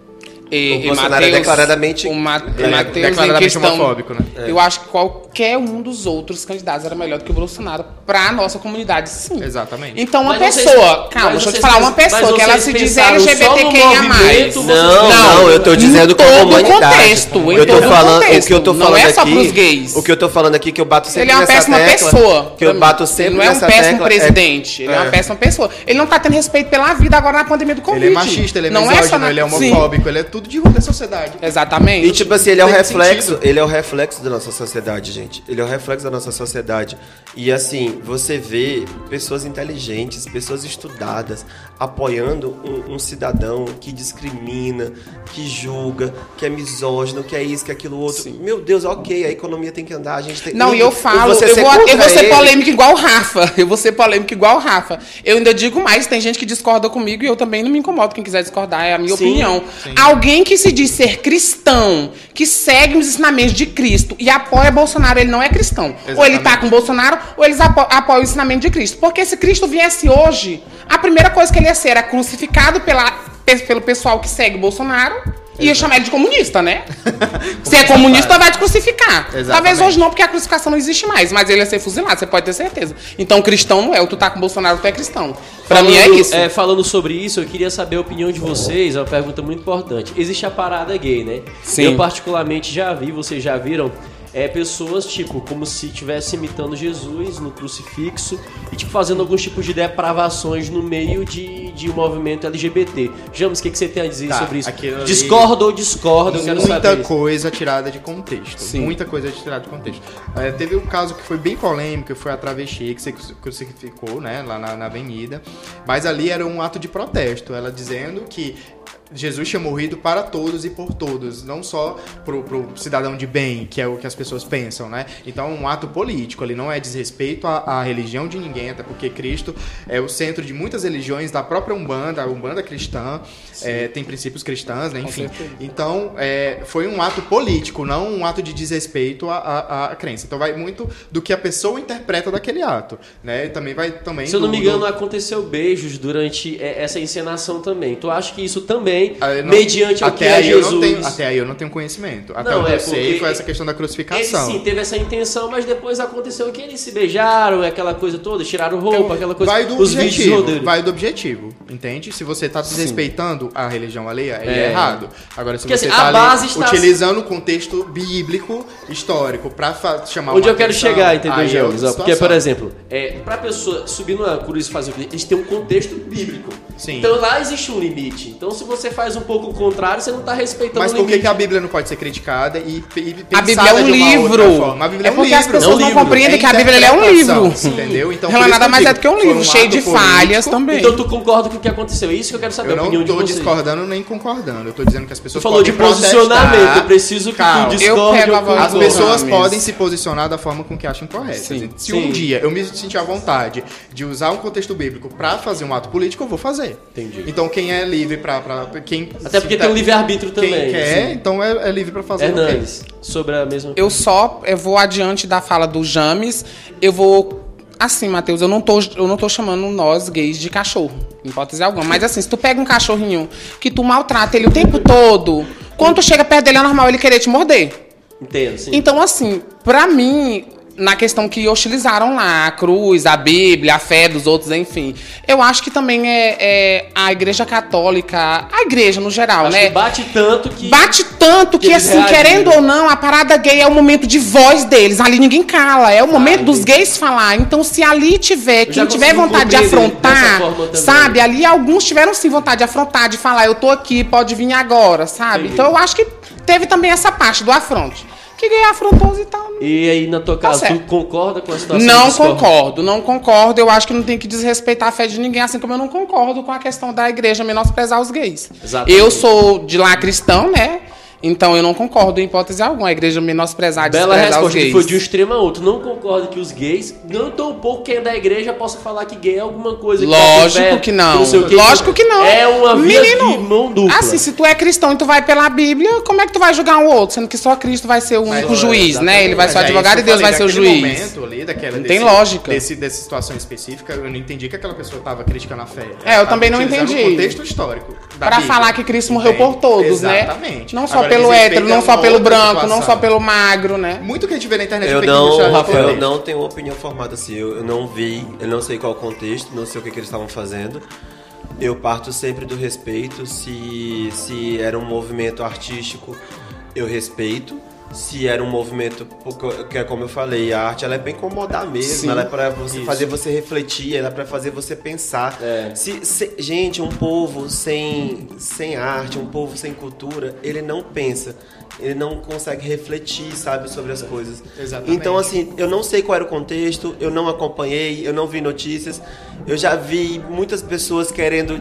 E, O Bolsonaro é declaradamente- o Ma- é, Mateus, em declaradamente questão, homofóbico, né? Eu acho que qualquer um dos outros candidatos era melhor do que o Bolsonaro pra nossa comunidade, sim. Exatamente. Então uma Mas vocês- pessoa, mas calma, deixa eu te vocês falar, uma pens- pessoa mas que ela vocês se diz pensaram só no LGBTQIA+. movimento, vocês- Não, não, eu tô dizendo em como todo humanidade. contexto, em eu tô todo falando, contexto. o que eu tô Não falando é só aqui, pros gays. o que eu tô falando aqui que eu bato sempre Ele é uma nessa péssima tecla, pessoa. que eu bato sempre Ele não é um nessa péssimo tecla, presidente. Ele é uma péssima pessoa. Ele não tá tendo respeito pela vida agora na pandemia do Covid. Ele é machista, ele é Não misógino, só na- ele é Sim. homofóbico, ele é tudo tudo de ruim da sociedade. Exatamente. E tipo assim, ele é o Tem reflexo, sentido. ele é o reflexo da nossa sociedade, gente. Ele é o reflexo da nossa sociedade. E assim, você vê pessoas inteligentes, pessoas estudadas, apoiando um, um cidadão que discrimina, que julga, que é misógino, que é isso, que é aquilo outro. Meu Deus, ok, a economia tem que andar, a gente tem Não, e eu falo, eu, ser vou, eu contra vou ser ele- polêmica igual o Rafa. Eu vou ser polêmica igual o Rafa. Eu ainda digo mais, tem gente que discorda comigo e eu também não me incomodo. Quem quiser discordar, é a minha Sim, opinião. Alguém que se diz ser cristão, que segue os ensinamentos de Cristo e apoia Bolsonaro, ele não é cristão. Ou ele tá Exatamente. com Bolsonaro, ou eles apo apoiam o ensinamento de Cristo. Porque se Cristo viesse hoje, a primeira coisa que ele ia ser era crucificado pela, pe- pelo pessoal que segue Bolsonaro. E ia chamar ele de comunista, né? Se é comunista, vai te crucificar. Talvez Exatamente. hoje não, porque a crucificação não existe mais, mas ele ia ser fuzilado, você pode ter certeza. Então, cristão não é. Ou tu tá com Bolsonaro, tu é cristão. Pra mim é isso. falando sobre isso, eu queria saber a opinião de vocês. É uma pergunta muito importante. Existe a parada gay, né? Sim. Eu particularmente já vi, vocês já viram, é, pessoas, tipo, como se estivesse imitando Jesus no crucifixo e, tipo, fazendo alguns tipos de depravações no meio de, de um movimento LGBT. James, o que, que você tem a dizer Tá, sobre isso? aquilo ali- Discorda ou discorda, eu quero muita saber. coisa tirada de contexto. Sim. Muita coisa tirada de contexto. É, teve um caso que foi bem polêmico, foi a travesti que se cru- crucificou, né, lá na, na avenida. Mas ali era um ato de protesto, ela dizendo que Jesus tinha morrido para todos e por todos, não só pro, pro cidadão de bem, que é o que as pessoas pensam, né? Então é um ato político, ele não é desrespeito à, à religião de ninguém, até porque Cristo é o centro de muitas religiões, da própria Umbanda, a Umbanda cristã, é, tem princípios cristãs, né? Enfim. Então, é, foi um ato político, não um ato de desrespeito à, à, à crença. Então, vai muito do que a pessoa interpreta daquele ato, né? E também vai também. Se eu não do- me do- engano, aconteceu beijos durante é, essa encenação também. Tu acha que isso também, Ah, eu não- mediante o que até é aí eu Jesus... não tenho, até aí eu não tenho conhecimento. Até Não, onde é eu sei porque- foi essa questão da Ele crucificação. sim teve essa intenção, mas depois aconteceu que eles se beijaram, aquela coisa toda, tiraram roupa, aquela coisa. Então, vai do os vídeos objetivo, rodando. vai do objetivo, entende? Se você tá desrespeitando a religião alheia, aí é, É. errado. Agora, se Porque, você assim, tá a ali base está- utilizando o contexto bíblico, histórico, pra fa- chamar Onde uma eu quero atenção, chegar, entendeu, aí é James? outra Ó, Porque, situação. por exemplo, é, pra pessoa subir numa cruz e fazer o que eles têm um contexto bíblico. Sim. Então lá existe um limite. Então se você faz um pouco o contrário, você não tá respeitando Mas o por que, limite. que a Bíblia não pode ser criticada e, pe- e pensada A Bíblia é um de uma outra livro. forma? A Bíblia é é um porque livro. as pessoas não, livro. compreendem que a Bíblia ela é um interpretação, livro. Entendeu? Então, por Ela isso nada eu mais é digo, do que um foi livro, um cheio de ato político, falhas também. Então tu concorda com o que aconteceu? É isso que eu quero saber Eu a não opinião de tô vocês. discordando nem concordando. Eu tô dizendo que as Tu pessoas falou de podem posicionamento, eu protestar. preciso que Calma. tu Eu discorde. pego a ou voz As do concorde. pessoas Gomes. podem se posicionar da forma com que acham corretas. Sim. Se Sim. um dia eu me sentir à vontade de usar um contexto bíblico pra fazer um ato político, eu vou fazer. Entendi. Então quem é livre pra. pra quem Até porque um tem o livre-arbítrio Quem também. assim. quer, então é, é livre pra fazer. o que quer. Hernandes, sobre a mesma Eu só eu vou adiante da fala do James. Eu vou. Assim, Matheus, eu não tô, eu não tô chamando nós gays de cachorro, em hipótese alguma. Mas assim, se tu pega um cachorrinho que tu maltrata ele o tempo todo, quando tu chega perto dele é normal ele querer te morder. Entendo, sim. Então, assim, pra mim, na questão que utilizaram lá, a cruz, a Bíblia, a fé dos outros, enfim, eu acho que também é, é a Igreja Católica, a igreja no geral, Acho né? que bate tanto que. Bate tanto que, que eles assim, reagem, querendo né? ou não, a parada gay é o momento de voz deles. Ali ninguém cala, é o momento Ah, entendi. dos gays falar. Então, se ali tiver, já quem tiver consigo vontade de compreender dessa afrontar, forma também. sabe? Ali alguns tiveram sim vontade de afrontar, de falar, eu tô aqui, pode vir agora, sabe? Entendi. Então, eu acho que teve também essa parte do afronte. Que gay é afrontoso e tal. E aí, na tua casa, tu Tá certo. concorda com a situação? Não discorda? concordo, não concordo. Eu acho que não tem que desrespeitar a fé de ninguém, assim como eu não concordo com a questão da igreja menosprezar os gays. Exatamente. Eu sou de lá cristão, né? Então eu não concordo em hipótese alguma a igreja menosprezar, Bela desprezar resposta, que os foi gays. de um extremo a outro. Não concordo que os gays, não tão pouco quem é da igreja possa falar que gay é alguma coisa. Lógico tá que não. sei o quê. Lógico que não. É uma via Menino, de mão dupla. Assim, se tu é cristão e tu vai pela Bíblia, como é que tu vai julgar um outro? Sendo que só Cristo vai ser o único Mas, juiz, exatamente. né? Ele vai ser o Mas é advogado e isso que eu Deus vai ser o falei, juiz. naquele momento ali, daquela- Não tem lógica. Desse, dessa situação específica, eu não entendi que aquela pessoa estava criticando a fé. É, eu Ela tava também não utilizando entendi. o contexto histórico. da Pra Bíblia. falar que Cristo morreu Entende? por todos, né? Exatamente. Não só Agora, pelo respeita hétero, não uma só pelo outra branco, não situação. só pelo magro, né? Muito que a gente vê na internet é Eu tem que mostrar não, no Rafael, eu contexto. não tenho opinião formada assim. Eu, eu não vi, eu não sei qual o contexto, não sei o que, que eles estavam fazendo. Eu parto sempre do respeito. Se, se era um movimento artístico, eu respeito. se era um movimento, porque, que é como eu falei, a arte ela é bem incomodar mesmo, Sim. ela é pra você Isso. fazer você refletir, ela é pra fazer você pensar. É. Se, se- gente, um povo sem, sem arte, um povo sem cultura, ele não pensa. Ele não consegue refletir, sabe, sobre as coisas. Exatamente. Então, assim, eu não sei qual era o contexto, eu não acompanhei, eu não vi notícias. Eu já vi muitas pessoas querendo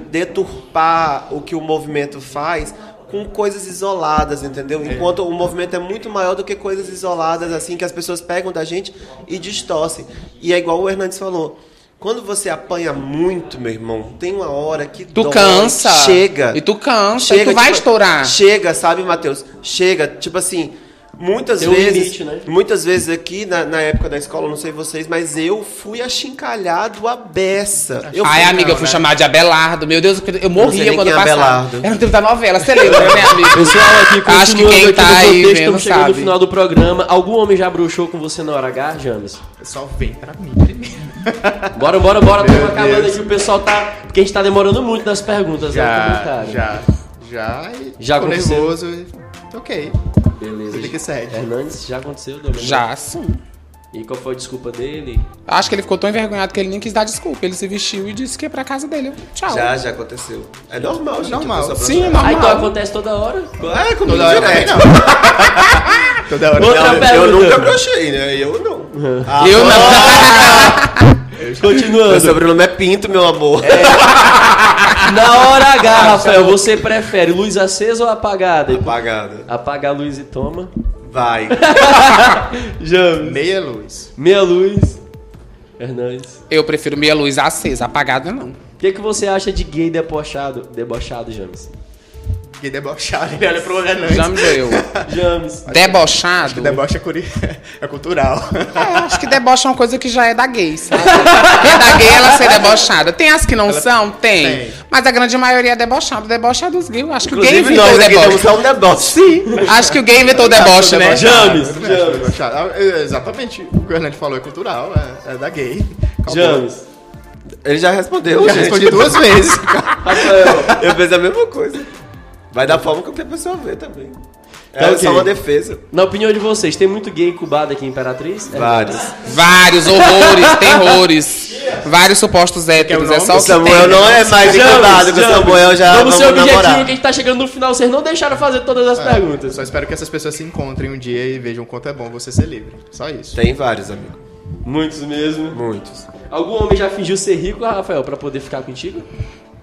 deturpar o que o movimento faz com coisas isoladas, entendeu? Enquanto o movimento é muito maior do que coisas isoladas, assim, que as pessoas pegam da gente e distorcem. E é igual o Hernandes falou. Quando você apanha muito, meu irmão, tem uma hora que Tu dói, cansa. chega. E tu cansa, e tu tipo, vai Tá. estourar. Chega, sabe, Matheus? Chega, tipo assim, muitas Tem um vezes, limite, né? muitas vezes aqui na, na época da escola, não sei vocês, mas eu fui achincalhado a beça. Eu Ai, fui- amiga, eu fui chamada de Abelardo. Meu Deus, eu sei morria nem quando quem eu é passava. Abelardo. Era no tempo da novela, você lembra, né, amigo? Pessoal, aqui Acho que continuando quem aqui tá no aí contexto, vendo estamos chegando no sabe. final do programa. Algum homem já bruxou com você na hora H, James? Só vem pra mim primeiro. Bora, bora, bora, Meu tamo acabando Deus. aqui, o pessoal tá... Porque a gente tá demorando muito nas perguntas, né? Tá Já, brincando. já, já. e Já tô aconteceu? nervoso. e tô Ok. Beleza. Vida que segue. Hernandes, já aconteceu? Domingo? Já, sim. E qual foi a desculpa dele? Acho que ele ficou tão envergonhado que ele nem quis dar desculpa. Ele se vestiu e disse que ia pra casa dele. Tchau. Já, já aconteceu. É normal, gente. Normal. a pessoa Sim, processar. normal. Ah, então acontece toda hora? É, comigo Toda hora também direto. não. Toda hora. Outra Eu- Eu, pergunta. nunca brochei, né? Eu não. Ah, Eu não. Meu Continuando. sobrenome é Pinto, meu amor. É. Na hora H, Rafael, você prefere luz acesa ou apagada? Apagado. Apaga a luz e toma. Vai. James. Meia luz. Meia luz. Hernandes. Eu prefiro meia luz acesa, apagada não. O que, que você acha de gay debochado? Debochado, James. Que debochado. Ele olha pro É Hernandes. Já me deu. James. Debochado? Deboche é, curi... é cultural. É, acho que deboche é uma coisa que já é da gay, sabe? é da gay ela ser debochada. Tem as que não são? Tem. tem. Mas a grande maioria é debochada. Deboche é dos gays. Eu Acho que o Inclusive, gay inventou o nós aqui temos um- deboche. só um deboche. Sim. Acho que o gay inventou o deboche, né? James, Eu também acho que é debochado. Ah, é, Exatamente. O que o Hernandes falou é cultural. É, é da gay. Acabou. James. Ele já respondeu, Eu já gente. respondi duas vezes. Rafael. Eu fiz a mesma coisa. Vai dar forma que a pessoa vê também. É Tá ok. só uma defesa. Na opinião de vocês, tem muito gay incubado aqui em Imperatriz? É? Vários. Vários horrores, terrores. Vários supostos héteros. É só O o que tem. Samuel não é mais James, incomodado, que o James, Samuel já Ah, Vamos ser objetivo que a namorar. gente tá chegando no final. Vocês não deixaram fazer todas as É. perguntas. Só espero que essas pessoas se encontrem um dia e vejam quanto é bom você ser livre. Só isso. Tem vários, amigo. Muitos mesmo. Muitos. Algum homem já fingiu ser rico, ah, Rafael, pra poder ficar contigo?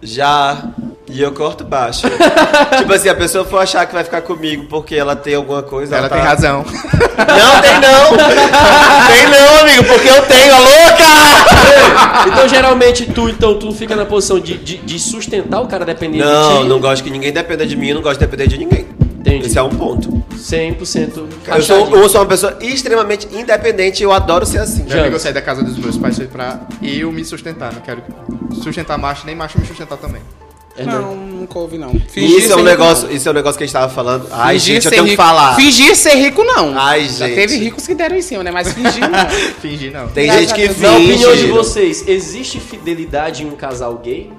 Já. E eu corto baixo. tipo assim, a pessoa for achar que vai ficar comigo porque ela tem alguma coisa. Ela tá- tem razão. Não, tem não. tem não, amigo, porque eu tenho, a louca! Então, geralmente, tu, então, tu fica na posição de, de, de sustentar o cara dependendo de Não, ti. não gosto que ninguém dependa de mim, eu não gosto de depender de ninguém. Entendi. Esse é um ponto. 100% Eu sou, rachadinho. eu sou uma pessoa extremamente independente e eu adoro ser assim. Já James. amigo, eu saí da casa dos meus pais foi pra eu me sustentar. Não quero sustentar macho, nem macho me sustentar também. Hernandes. Não, nunca ouvi, não. Isso Fingir é ser um rico, negócio, isso é um negócio que a gente tava falando. Ai, Fingir gente, eu ser tenho que rico- falar. Fingir ser rico, não. Ai, Já gente. teve ricos que deram em cima, né? Mas fingir, não. Fingir não. Tem Graças gente a que Deus. finge. Na opinião de vocês, existe fidelidade em um casal gay?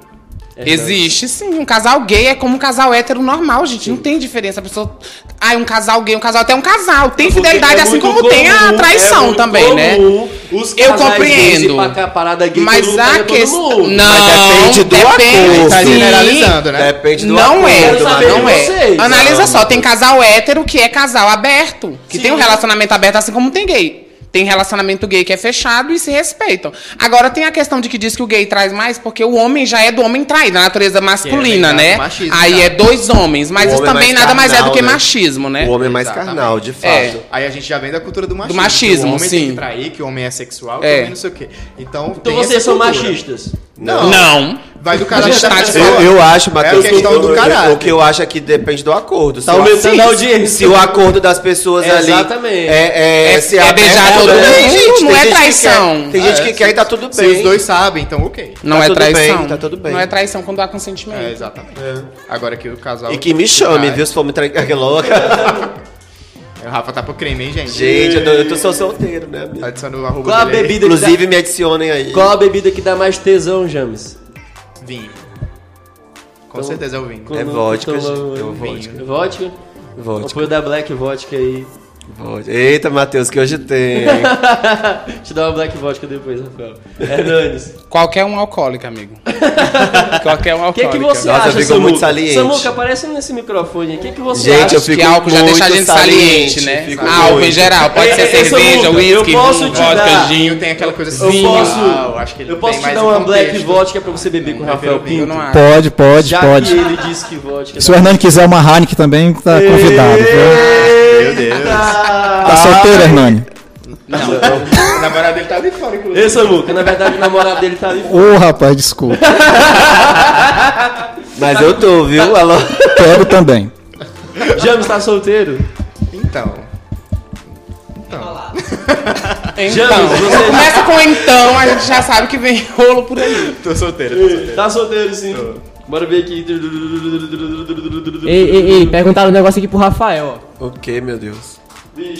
É Hernandes. Existe sim. Um casal gay é como um casal hétero normal, gente. Não tem diferença. A pessoa. Ai, um casal gay, um casal até um casal. Tem Porque fidelidade, é assim muito como tem a comum, é traição muito também, né? comum Os Eu casais gays ir compreendo. pra cá, parada gay, todo Mas mundo tá pega a todo questão. mundo. é- Não, depende do acordo. Tá sim. generalizando, né? Depende do Não é, Quero saber não de é. vocês. Analisa Não. só, tem casal hétero que é casal aberto, que Sim. tem um relacionamento aberto assim como tem gay. Tem relacionamento gay que é fechado e se respeitam. Agora tem a questão de que diz que o gay traz mais porque o homem já é do homem traído, a natureza masculina, ligado né? ao machismo, Aí tá? é dois homens, mas O isso homem também mais nada mais é do carnal, que né? machismo, né? O homem é mais Exatamente. carnal, de fato. É. Aí a gente já vem da cultura do machismo. machismo, que o homem tem sim. que trair, que o homem é sexual, que É. o homem não sei o quê. Então, Então tem vocês essa são cultura. machistas. é Não. Não. Vai do caráter da Está de pessoa. Eu, eu acho, Matheus. É a questão eu- do eu- caráter. O que eu acho é que depende do acordo. Se Tá o- aumentando se- a audiência. Se o acordo das pessoas ali. Exatamente. É, é, É- se é aberto, beijar todo né? mundo, Tem gente- não tem é gente que traição. quer- Tem gente que quer e tá tudo bem. Se os dois sabem, então ok. Não Tá é tudo bem, traição. tá tudo bem. Não é traição quando há É, consentimento. exatamente. Agora que o casal. E que me chame, Ai, viu? Se for me trair. Que louca. O Rafa tá pro crime, hein, gente? Gente, eu tô, eu tô só solteiro, né? amigo? Tá adicionando o arroba Qual a dele aí. bebida que Inclusive, me adicionem aí. dá, Qual a bebida que dá mais tesão, James? Vinho. Com certeza é o vinho. É vodka, Então, gente. Eu vinho. vodka. Vodka? Vodka. Apoio da Black Vodka aí. Vodka. Eita, Matheus, que hoje tem. hein? Te dá uma black vodka depois, Rafael. É, Hernandes. Qualquer um alcoólico, amigo. Qualquer um O que, é alcoólico. que você Nossa, acha, ficou Samuca? muito saliente. Samuca, aparece nesse microfone. O que, que você Gente, acha? eu fico que álcool já muito deixa a gente saliente, né? fico Álcool muito. em geral, pode Ei, ser ei, ei, cerveja, Samuca, É, eu uísque, posso rum, te vodka, dar- gin. Tem aquela coisa Eu assim. posso, ah, acho que ele eu posso tem te mais dar um uma black contexto. vodka pra você beber com o Rafael Eu Pinto. não acho. Pode, pode, Já pode. que ele disse que vodka... é Se o Hernani quiser uma Heineken também, tá convidado. Viu? Meu Deus. Ah, Tá solteiro, Hernani? O namorado dele tá ali fora, inclusive. Ei, Samuca, na verdade o namorado dele tá ali. Ô, rapaz, desculpa. Mas eu tô, viu? Alô? Quero também. James tá solteiro? Então. James, Então. você Começa com então, a gente já sabe que vem rolo por aí. Tô solteiro, tô solteiro. tá solteiro sim. Bora ver aqui. Ei, ei, ei, perguntaram um negócio aqui pro Rafael, ó. O que, meu Deus?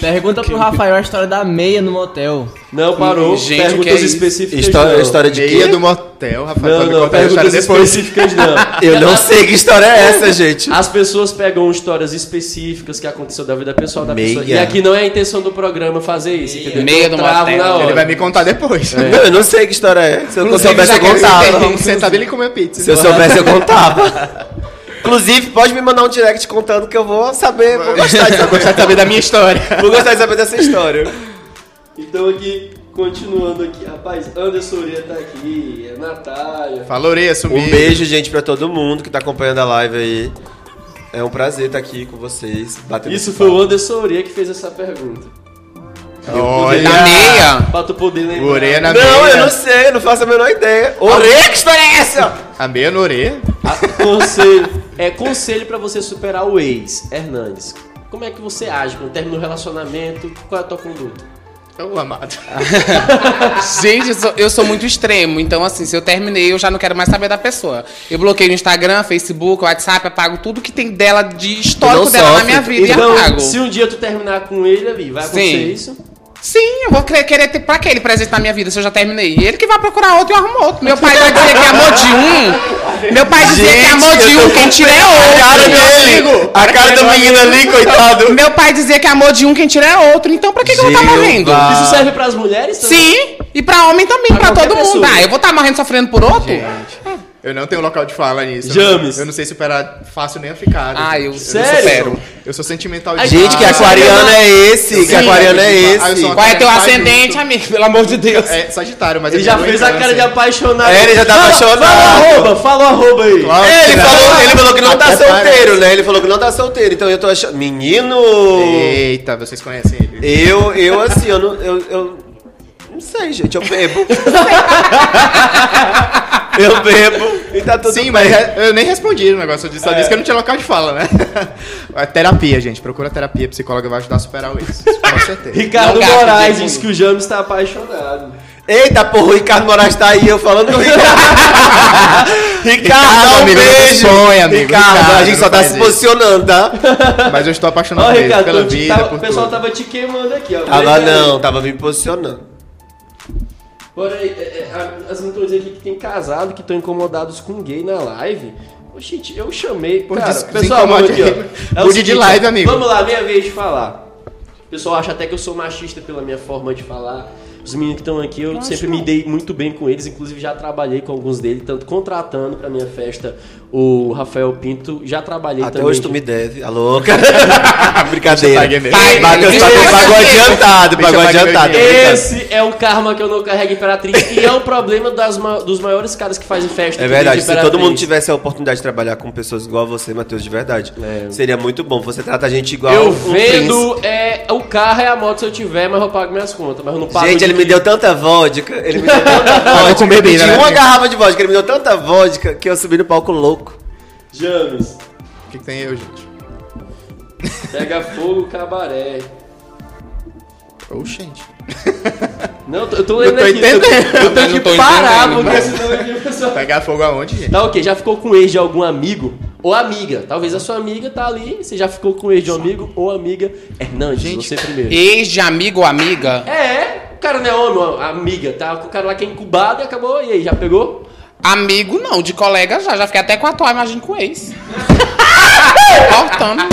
Pergunta pro Rafael a história da meia no motel. Não, parou. Gente, o que é perguntas isso? específicas História, não. história de Meia quê? do motel, Rafael. Não, pode não, contar a história perguntas depois. específicas não. Eu não sei que história é essa, gente. As pessoas pegam histórias específicas que aconteceu da vida pessoal da Meia. pessoa. E aqui não é a intenção do programa fazer isso, entendeu? Meia Eu do travo motel. na hora. Ele vai me contar depois. Não, eu não sei que história é. Se eu Inclusive, soubesse, já eu quero contava. Tem que sentar dele e comer pizza. Se eu soubesse, eu contava. Inclusive, pode me mandar um direct contando que eu vou saber, vou gostar de Eu saber, gostar de saber da minha história. vou gostar de saber dessa história. Então aqui, continuando aqui, rapaz, Anderson Uria tá aqui, é Natália. Falou, Oreia, sumiu. Um beijo, gente, pra todo mundo que tá acompanhando a live aí. É um prazer estar aqui com vocês. batendo Isso esse foi papo. o Anderson Uria que fez essa pergunta. Olha. Tá Ah. Da meia. Pra tu poder lembrar. O Oreia na Não, eu meia. não sei, eu não faço a menor ideia. Orei, que história é essa? A Tá meia no Oreia. Ah, Conselho. É conselho pra você superar o ex, Hernandes. Como é que você age quando termina o relacionamento? Qual é a tua conduta? Ô, amado. Gente, eu sou, eu sou muito extremo. Então, assim, se eu terminei, eu já não quero mais saber da pessoa. Eu bloqueio o Instagram, Facebook, WhatsApp, apago tudo que tem dela de histórico Não dela na sofre. minha vida então, e apago. se um dia tu terminar com ele ali, vai acontecer Sim. isso? Sim, eu vou cre- querer ter pra que ele presente na minha vida se eu já terminei? Ele que vai procurar outro e eu arrumo outro. Meu pai vai dizer que é amor de um. Meu pai dizia que é amor de um, quem tira é outro. Cara Meu dele, amigo, a cara do menino ali, coitado. Meu pai dizia que é amor de um, quem tira é outro. Então pra que, que eu vou estar Jeová. morrendo? Ah. Isso serve pras mulheres também? Sim, e pra homem também, pra, qualquer todo mundo. pessoa. Ah, eu vou estar morrendo sofrendo por outro? Gente, eu não tenho local de fala nisso. James. Eu não sei superar fácil nem a ficada. Ah, eu gente. sério? Eu sou, eu sou sentimental de Gente, que Ah, aquariano é esse? Que Sim. aquariano é Ah, eu esse? sou- Qual é teu Pai ascendente, justo. amigo? Pelo amor de Deus. É Sagitário, mas Ele eu já sou fez a câncer. cara de apaixonado. É, ele já tá Fala- apaixonado. Fala arroba, fala arroba aí. Claro que Ele não. falou, ele falou que não tá Até solteiro, parece. né? Ele falou que não tá solteiro, então eu tô achando. Menino! Eita, vocês conhecem ele. Eu, eu assim, eu não. Eu, eu não sei, gente, eu bebo. eu bebo e tá tudo Sim, bem. mas é, eu nem respondi o negócio, eu disse- É. só disse que eu não tinha local de fala, né? É terapia, gente. Procura terapia, psicóloga vai ajudar a superar o ex. Com certeza. Ricardo Não gasta Moraes tempo. diz que o James tá apaixonado. Eita porra, o Ricardo Moraes tá aí, eu falando que o Ricardo. Ricardo, dá um amigo, não beijo. sonha, amigo. Ricardo, a Ricardo, gente não só tá faz se isso. posicionando, tá? Mas eu estou apaixonado Ó, mesmo Ricardo, pela tu te vida, tá- tava- por o pessoal tudo. tava te queimando aqui, ó. Tava Obrigado. Ah, não, tava me posicionando. Bora aí, é, é, a- as mentores aqui que tem casado que estão incomodados com gay na live. Ô, gente, eu chamei. Pô, cara, des- pessoal, vamos aqui, ó. É desincomode aí. o Mude de seguinte, live, ó. amigo. Vamos lá, minha vez de falar. O pessoal acha até que eu sou machista pela minha forma de falar. Os meninos que estão aqui, eu sempre me dei muito bem com eles, inclusive já trabalhei com alguns deles, tanto contratando pra minha festa o Rafael Pinto, já trabalhei Até também. hoje tu me deve. Alô, cara. Brincadeira. Hashtag nele. Vai, Matheus bicho, tá com vai, pagou vai, adiantado, bicho, pagou vai, vai, adiantado. vai. Esse é o karma que eu não carrego Imperatriz e é o problema das ma- dos maiores caras que fazem festa. É que verdade, vende se todo Imperatriz. mundo tivesse a oportunidade de trabalhar com pessoas igual a você, Matheus, de verdade, É. seria muito bom. Você trata a gente igual Eu um príncipe. vendo é, o carro e a moto se eu tiver, mas eu pago minhas contas. Mas eu não pago. Gente, de- ele me deu tanta vodka, ele me deu tanta vodka, com eu bebida, pedi né, uma amigo? garrafa de vodka, ele me deu tanta vodka que eu subi no palco louco. James, O que, que tem eu, gente? pega fogo, cabaré. Oxente. Não, eu tô- eu tô lendo tô aqui. eu tô- entendendo. Eu tenho Mas não que tô parar, entendendo, porque mas- senão aqui o pessoal. Pegar fogo aonde, gente? Tá ok, já ficou com o ex de algum amigo ou amiga. Talvez a sua amiga tá ali, você já ficou com o ex de um amigo ou amiga. Hernandes, você primeiro. Ex de amigo ou amiga? É, o cara não é homem, ó, amiga, tá? O cara lá que é incubado e acabou. E aí, já pegou? Amigo não, de colega já. Já fiquei até com a toalha, imagina com ex. Cortando.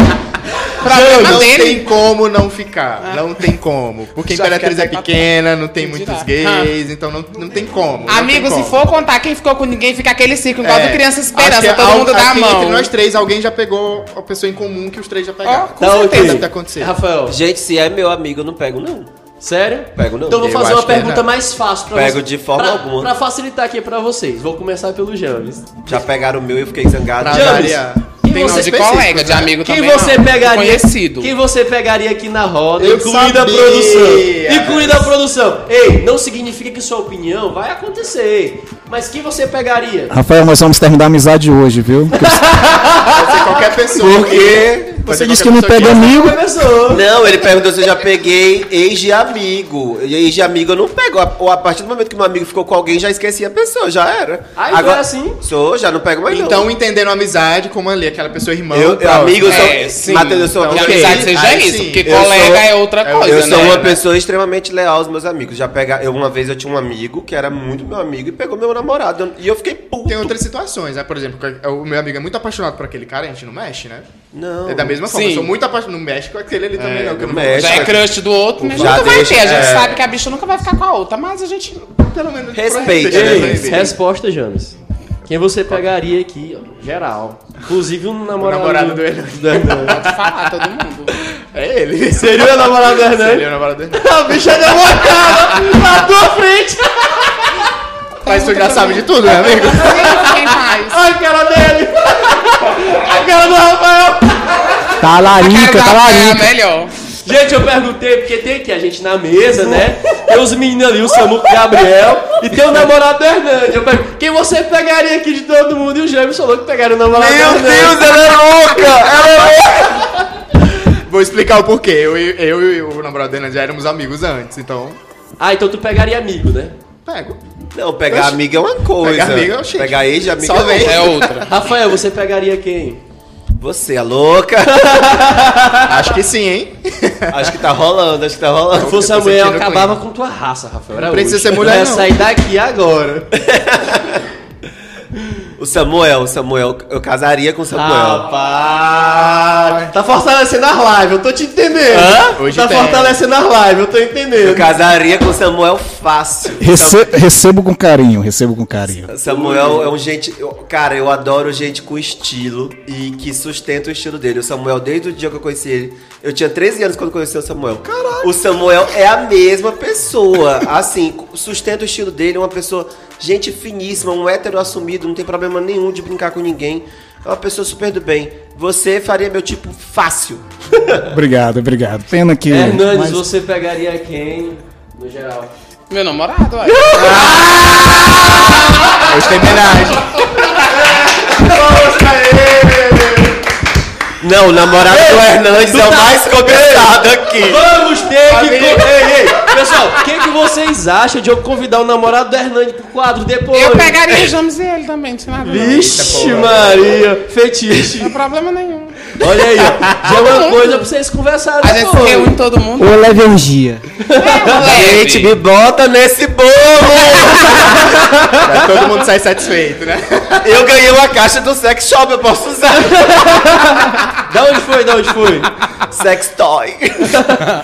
Problema não dele. tem como não ficar. Não tem como. Porque Ah. Já Imperatriz fica é até pequena, não tem Entendi muitos lá. gays, então não, não tem como. não Amigo, tem se como. for contar quem ficou com ninguém, fica aquele ciclo, igual É, do Criança acho que Esperança, todo al- mundo dá a aqui Entre mão. nós três, alguém já pegou a pessoa em comum que os três já Ó, pegaram. com Dá um certeza. ok. Deve ter acontecido. Rafael, Gente, se é meu amigo, eu não pego, não. sério? Pego não. Então vou Eu fazer acho uma que é pergunta não. mais fácil pra Pego você- de forma pra- alguma. Pra facilitar aqui pra vocês. Vou começar pelo James. Já pegaram o meu e eu fiquei zangado. Pra James, variar. quem Tem você- nome de específico, colega, de né? amigo Quem também você não. pegaria? Conhecido. Quem você pegaria aqui na roda, Eu incluída a sabia! produção? Incluída a produção. Ei, não significa que sua opinião vai acontecer. Mas quem você pegaria? Rafael, nós vamos terminar a amizade hoje, viu? Porque Pode ser é qualquer pessoa. Porque Pode você ser disse que não qualquer pega pessoa amigo. Começou. Não, ele perguntou se eu já peguei ex de amigo. E ex de amigo eu não pego. A- Ou a partir do momento que meu amigo ficou com alguém, já esqueci a pessoa, já era. Ah, então é assim? Sou, já não pego mais não. Então, entendendo a amizade como ali, aquela pessoa irmã. Eu- eu, tal. amigo, eu sou. É, sim. Matheus, eu sou. Que Então, ok. amizade seja aí isso, sim. porque Eu colega sou- é outra eu- coisa, Eu sou né? uma pessoa extremamente leal aos meus amigos. Já pega, eu uma vez eu tinha um amigo que era muito meu amigo e pegou meu namorado Eu- e eu fiquei puto. Tem outras situações, né? Por exemplo, o meu amigo é muito apaixonado por aquele cara, a gente não mexe, né? Não. É da mesma forma, Sim. eu sou muito apaixonado. Não mexe com aquele ali também, não. que eu não não mexe. Já é crush do outro, né? Já nunca vai deixa, ter. A gente é. sabe que a bicha nunca vai ficar com a outra, mas a gente. É, Pelo menos Respeito, pra- Ei, né? Respeito. resposta, James. Quem você pegaria aqui, ó, geral? Inclusive um namorado. namorado do Hernandes. do Hernandes. Pode falar, todo mundo. É ele. Seria o namorado do Seria o Hernandes? namorado dele. A bicha namorada é na tua frente! Mas tu já sabe de tudo, né, amigo? Quem mais? Ai, a cara dele! A cara do Rafael! Tá larica, tá é a larica. melhor. Gente, eu perguntei, porque tem aqui a gente na mesa, né? Tem os meninos ali, o Samu e o Gabriel, e tem o namorado do Hernandes. Eu pergunto, quem você pegaria aqui de todo mundo? E o James falou que pegaria o namorado do Hernandes. ela é louca! Ela é louca! Vou explicar o porquê. Eu, e- eu e o namorado dele já éramos amigos antes, então. Ah, então tu pegaria amigo, né? Pego. Não, pegar Oxi. amiga é uma coisa. Pegar amiga é um shit. Pegar ex de amiga Só vem. É outra. Rafael, você pegaria quem? Você é louca! Acho que sim, hein? acho que tá rolando, acho que tá Se rolando. fosse a tô mulher, eu sentindo acabava com tua raça, Rafael. Era Não precisa hoje. ser mulher, Eu ia não. sair daqui agora. O Samuel, o Samuel, eu casaria com o Samuel. Rapaz! Tá fortalecendo as lives, eu tô te entendendo. Hoje tá tem. fortalecendo as lives, eu tô eu entendendo. casaria com o Samuel fácil. Rece- recebo com carinho, recebo com carinho. Sa- Samuel é um gente. eu- cara, eu adoro gente com estilo e que sustenta o estilo dele. O Samuel, desde o dia que eu conheci ele, eu tinha 13 anos quando conheci o Samuel. Caraca. O Samuel é a mesma pessoa. Assim, sustenta o estilo dele, é uma pessoa, gente finíssima, um hétero assumido, não tem problema nenhum de brincar com ninguém. É uma pessoa super do bem. Você faria meu tipo fácil. Obrigado, obrigado. Pena que. Hernandes, É. mas- você pegaria quem? No geral. Meu namorado, olha. Hoje tem homenagem. Não, o namorado do Hernandes é o mais cobiçado aqui. tá- Vamos ter que. Ei, ei. Pessoal, o que, que vocês acham de eu convidar o namorado do Hernandes pro quadro depois? Eu pegaria o James e ele também, não tinha nada. não. Vixe, Maria, fetiche. Não é problema nenhum. Olha aí, ó. Já é Uhum. uma coisa pra vocês conversarem A gente se depois. reúne todo mundo. né? Uma leve um orgia. Gente, me bota nesse bolo! Pra Todo mundo sai satisfeito, né? Eu ganhei uma caixa do sex shop, eu posso usar. Da onde foi? Da onde foi? Sex toy.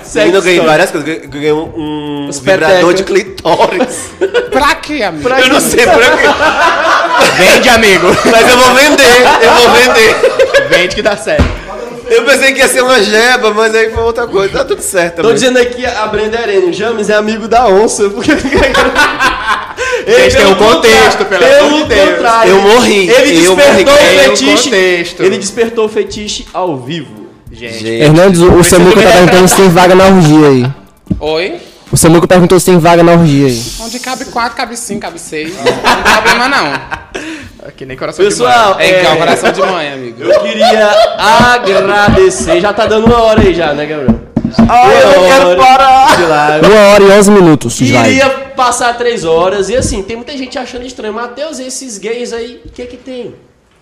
Sex Menino, eu ganhei toy. várias coisas. Ganhei- Ganhei um, um Os vibrador petecas. de clitóris. Pra quê, amigo? Eu não sei por quê, Vende, amigo. mas eu vou vender. Eu vou vender. Vende que dá certo. Eu pensei que ia ser uma jeba, mas aí foi outra coisa. Tá tudo certo. Tô também. dizendo aqui a Brenda Arena, o James é amigo da onça, porque. Ele Gente, tem um contexto, pelo amor de Deus. Eu morri, Ele eu despertou morri. o Tem um fetiche. contexto. ele despertou o fetiche ao vivo. Gente, Gente, Hernandes, o, o Samuco tá perguntando se tem vaga na orgia aí. Oi? O Samuco perguntou se tem vaga na orgia aí. Onde cabe quatro, cabe cinco, cabe seis. Não tem problema, não. aqui nem coração Pessoal, É igual é, coração de mãe, amigo. eu queria agradecer. Já tá dando uma hora aí já, né, Gabriel? Ai, eu não quero parar. De lá. Uma hora e onze minutos, vai. Queria passar três horas. E assim, tem muita gente achando estranho. Matheus, esses gays aí, o que que tem?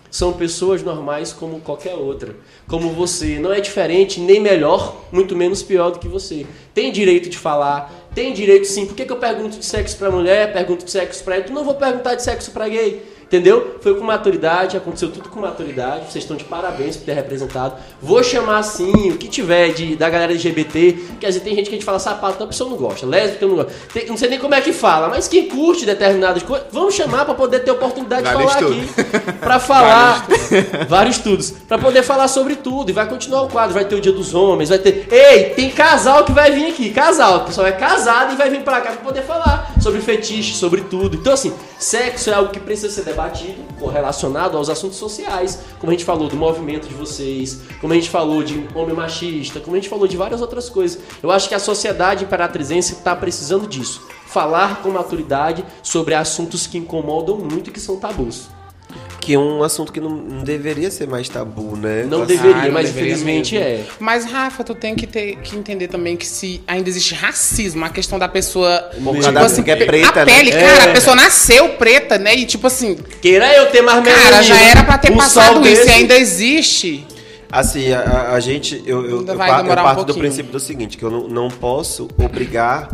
São pessoas normais como qualquer outra. Como você. Não é diferente, nem melhor, muito menos pior do que você. Tem direito de falar, tem direito sim. Por que, que eu pergunto de sexo pra mulher, pergunto de sexo pra hétero? Não vou perguntar de sexo pra gay. Entendeu? Foi com maturidade, aconteceu tudo com maturidade. Vocês estão de parabéns por ter representado. Vou chamar assim o que tiver de, da galera LGBT. Quer dizer, tem gente que a gente fala sapato, então a pessoa não gosta. Lésbica não gosta. Tem- não sei nem como é que fala, mas quem curte determinadas coisas, vamos chamar pra poder ter oportunidade de Vários falar estudos. aqui. Pra falar. Vários estudos. Pra poder falar sobre tudo. E vai continuar o quadro. Vai ter o Dia dos Homens, vai ter. Ei, tem casal que vai vir aqui. Casal. O pessoal é casado e vai vir pra cá pra poder falar sobre fetiche, sobre tudo. Então, assim, sexo é algo que precisa ser debatido, correlacionado aos assuntos sociais. Como a gente falou do movimento de vocês, como a gente falou de homem machista, como a gente falou de várias outras coisas. Eu acho que a sociedade imperatrizense tá precisando disso. Falar com maturidade sobre assuntos que incomodam muito e que são tabus. Que é um assunto que não, não deveria ser mais tabu, né? Não Assim, deveria, Ah, não mas deveria infelizmente mesmo. é. Mas, Rafa, tu tem que, ter, que entender também que se ainda existe racismo, a questão da pessoa. tipo assim, Cada um que é preta, a pele, né? cara, É. a pessoa nasceu preta, né? E tipo assim, é. Queira eu ter mais cara, já melanina. era pra ter Um passado sol isso desse- e ainda existe. Assim, a- a, a gente. Eu, eu, Ainda eu vai pa- eu demorar um parto do pouquinho. princípio do seguinte: que eu não, não posso obrigar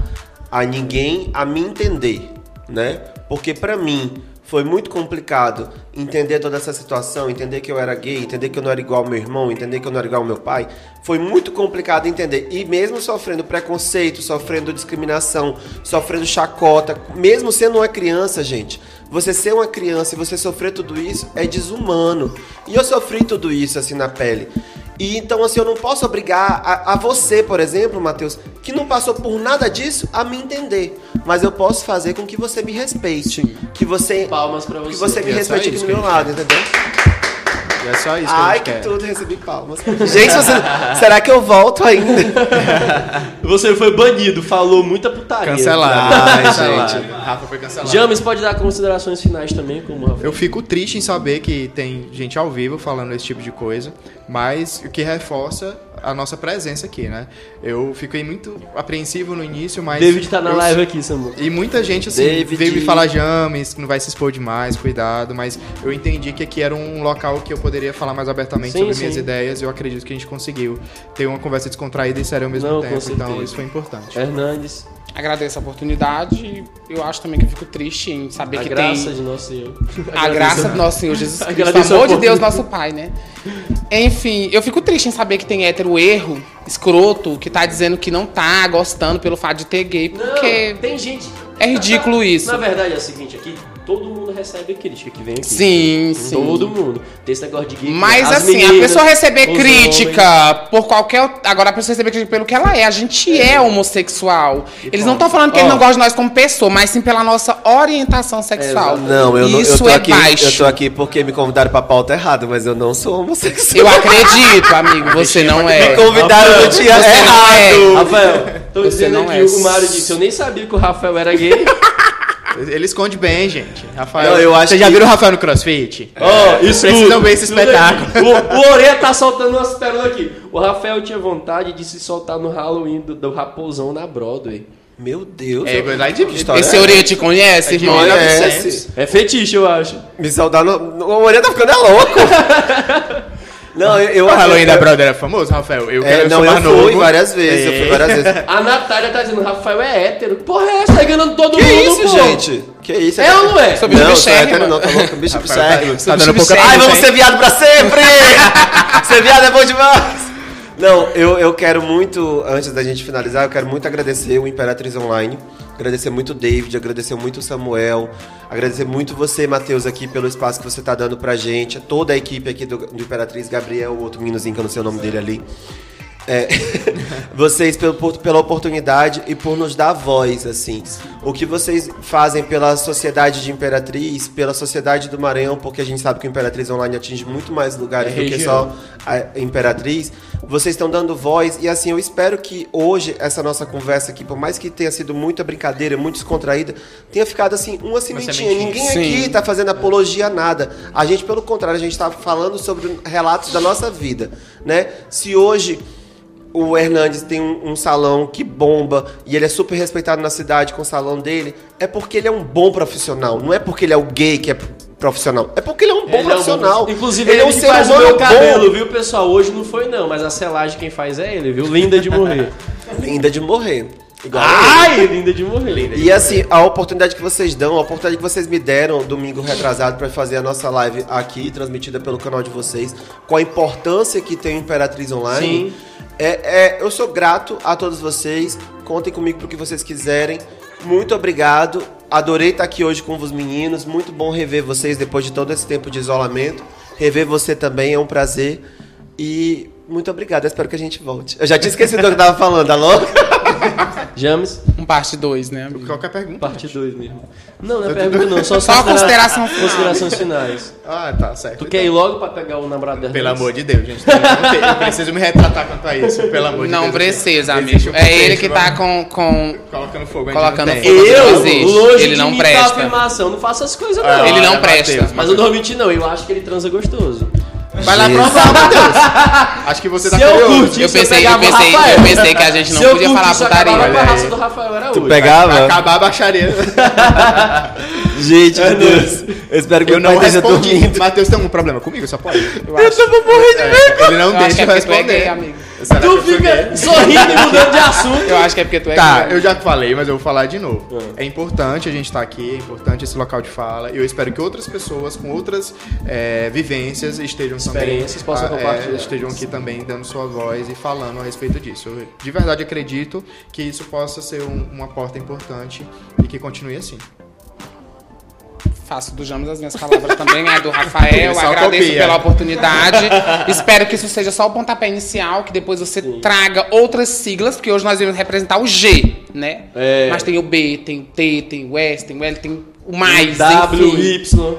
a ninguém a me entender, né? Porque pra mim foi muito complicado entender toda essa situação, entender que eu era gay, entender que eu não era igual ao meu irmão, entender que eu não era igual ao meu pai. Foi muito complicado entender. E mesmo sofrendo preconceito, sofrendo discriminação, sofrendo chacota, mesmo sendo uma criança, gente, você ser uma criança e você sofrer tudo isso é desumano. E eu sofri tudo isso assim na pele. E então, assim, eu não posso obrigar a, a você, por exemplo, Matheus, que não passou por nada disso, a me entender. Mas eu posso fazer com que você me respeite. Que você. Palmas pra você. Que você me É só respeite aqui isso do que meu a gente lado, entendeu? E é só isso que a Ai, gente que quer. tudo, recebi palmas. Gente, você- será que eu volto ainda? Você foi banido, falou muita putaria. Cancelado. Ai, Cancelado. gente. Rafa foi cancelado. James pode dar considerações finais também, como Rafa. Eu fico triste em saber que tem gente ao vivo falando esse tipo de coisa, mas o que reforça a nossa presença aqui, né? Eu fiquei muito apreensivo no início, mas. David tá na eu- live aqui, Samu. E muita gente assim David. veio me falar James, que não vai se expor demais, cuidado, mas eu entendi que aqui era um local que eu poderia falar mais abertamente Sim, sobre sim. minhas ideias, e eu acredito que a gente conseguiu ter uma conversa descontraída e séria ao mesmo Não, com tempo, então certeza. isso foi É. importante. Hernandes, Agradeço a oportunidade e eu acho também que eu fico triste em saber a que graça tem de nosso Senhor. a graça do nosso Senhor Jesus Cristo, Agradeço o amor a de Deus, oportunidade. nosso Pai, né? Enfim, eu fico triste em saber que tem hétero erro, escroto, que tá dizendo que não tá gostando pelo fato de ter gay, Não, porque tem gente. é ridículo isso. Na verdade é o seguinte, aqui todo mundo recebe crítica que vem aqui. Sim, sim. Todo mundo. Tem esse negócio de geek. Mas as assim, a meninas, pessoa receber os crítica por qualquer. Agora a pessoa receber crítica pelo que ela é. A gente é, homossexual. Eles não estão falando que eles Ó. não gostam de nós como pessoa, mas sim pela nossa orientação sexual. É, Não, eu não. Isso eu tô é aqui, baixo. Eu tô aqui porque me convidaram pra pauta errada, mas eu não sou homossexual. Eu acredito, amigo, você não é. Me convidaram no dia Você não é. errado. Rafael, tô Você dizendo não que é. o Mário disse, eu nem sabia que o Rafael era gay. Ele esconde bem, gente. Rafael, Não, eu acho vocês já que- É. viram o Rafael no CrossFit? É, Ó, isso Precisam tudo, ver esse tudo espetáculo. aqui. O, o Orelha tá soltando umas pérolas aqui. O Rafael tinha vontade de se soltar no Halloween do, do Raposão na Broadway. Meu Deus. É, eu- lá de- que história Esse é Orelha te conhece, de irmão? olho. essa? É fetiche, eu acho. Me saudar no. no- O Orelha tá ficando é louco. Não, eu, eu O Halloween eu- da Brother é famoso, Rafael? Eu É, quero não, eu sou eu mais fui novo. É. várias vezes, eu fui várias vezes. A Natália tá dizendo, Rafael é hétero. Porra, é essa? Tá enganando todo Que mundo, isso, pô. gente? Que isso? É ou não é? Sou bicho Não, sou bichérrimo. hétero não, tá louco, bicho Rafael, bichérrimo. tá dando pouca Sério, Ai, vamos hein? ser viado pra sempre! ser viado é bom demais! Não, eu, eu quero muito, antes da gente finalizar, eu quero muito agradecer o Imperatriz Online, agradecer muito o David, agradecer muito o Samuel, agradecer muito você, Matheus, aqui pelo espaço que você tá dando pra gente, toda a equipe aqui do, do Imperatriz, Gabriel, o outro meninozinho que eu não sei o nome dele ali. É, vocês pelo, por- pela oportunidade e por nos dar voz, assim. O que vocês fazem pela sociedade de Imperatriz, pela sociedade do Maranhão, porque a gente sabe que o Imperatriz Online atinge muito mais lugares É do que região. só a Imperatriz. Vocês estão dando voz e, assim, eu espero que hoje essa nossa conversa aqui, por mais que tenha sido muita brincadeira, muito descontraída, tenha ficado, assim, uma sementinha. sementinha. Ninguém Sim. aqui tá fazendo apologia a nada. A gente, pelo contrário, a gente tá falando sobre relatos da nossa vida, né? Se hoje o Hernandes tem um, um salão que bomba e ele é super respeitado na cidade com o salão dele, é porque ele é um bom profissional, não é porque ele é o gay que é profissional, é porque ele é um bom Ele é um profissional. Inclusive, ele, é um ser que faz o humano meu bom. cabelo, viu, pessoal? Hoje não foi, não, mas a selagem quem faz é ele, viu? Linda de morrer. Linda de morrer. Igual a ele. Ai, linda de morrer. Linda E assim, a oportunidade que vocês dão, a oportunidade que vocês me deram domingo retrasado pra fazer a nossa live aqui, transmitida pelo canal de vocês, com a importância que tem o Imperatriz Online. É, é, eu sou grato a todos vocês. Contem comigo pro que vocês quiserem. Muito obrigado. Adorei estar aqui hoje com os meninos. Muito bom rever vocês depois de todo esse tempo de isolamento. Rever você também é um prazer. E muito obrigado. Eu espero que a gente volte. Eu já tinha esquecido o que eu tava falando, alô? James, Um parte 2, né? amigo? Qualquer pergunta? parte 2 mesmo. Não, não é pergunta não, só, Só a considera- consideração final. considerações finais. Ah, tá, certo. Tu quer ir logo pra pegar o namorado dela? Pelo amor de Deus, gente. Eu preciso me retratar quanto a isso, pelo amor de Deus. Não precisa, Existe amigo. um É ele que contexto, tá com, com Colocando fogo. Colocando fogo. fogo. né? Eu, Não existe, longe ele de não mim, presta. Tá afirmação, não faça as coisas não. Ah, Ele não Mateus, presta. Mateus. Mas eu não vou mentir não, eu acho que ele transa gostoso. Vai lá Jesus. provar, Matheus. Acho que você tá Se eu curioso. curti, Eu se eu pensei, eu pegava o pensei, Rafael. eu pensei que a gente não Se eu podia falar curtisse, eu acabava com putaria. a Olha raça aí. do Rafael Tu Araújo. Vai pegava? acabar a baixaria. Gente, meu Deus. Eu espero que É Eu meu pai não esteja respondi. dormindo. Matheus tem algum problema comigo? Só pode. Eu tava morrendo de medo. É, ele não Eu acho que deixa é eu porque tu é responder. gay, amigo. Será que Tu eu sou gay? fica sorrindo e mudando de assunto. Eu acho que é porque tu é Tá, gay. eu já falei, mas eu vou falar de novo. É importante a gente estar aqui, é importante esse local de fala. E eu espero que outras pessoas com outras é, vivências estejam Experiências também, possam ah, é, compartilhar. estejam aqui também dando sua voz e falando a respeito disso. Eu, de verdade acredito que isso possa ser um- uma porta importante e que continue assim. Faço do James as minhas palavras também, a do Rafael. Só copia. Agradeço pela oportunidade. Espero que isso seja só o pontapé inicial, que depois você traga outras siglas, porque hoje nós vamos representar o G, né? É. Mas tem o B, tem o T, tem o S, tem o L, tem o é mais, W, enfim. Y.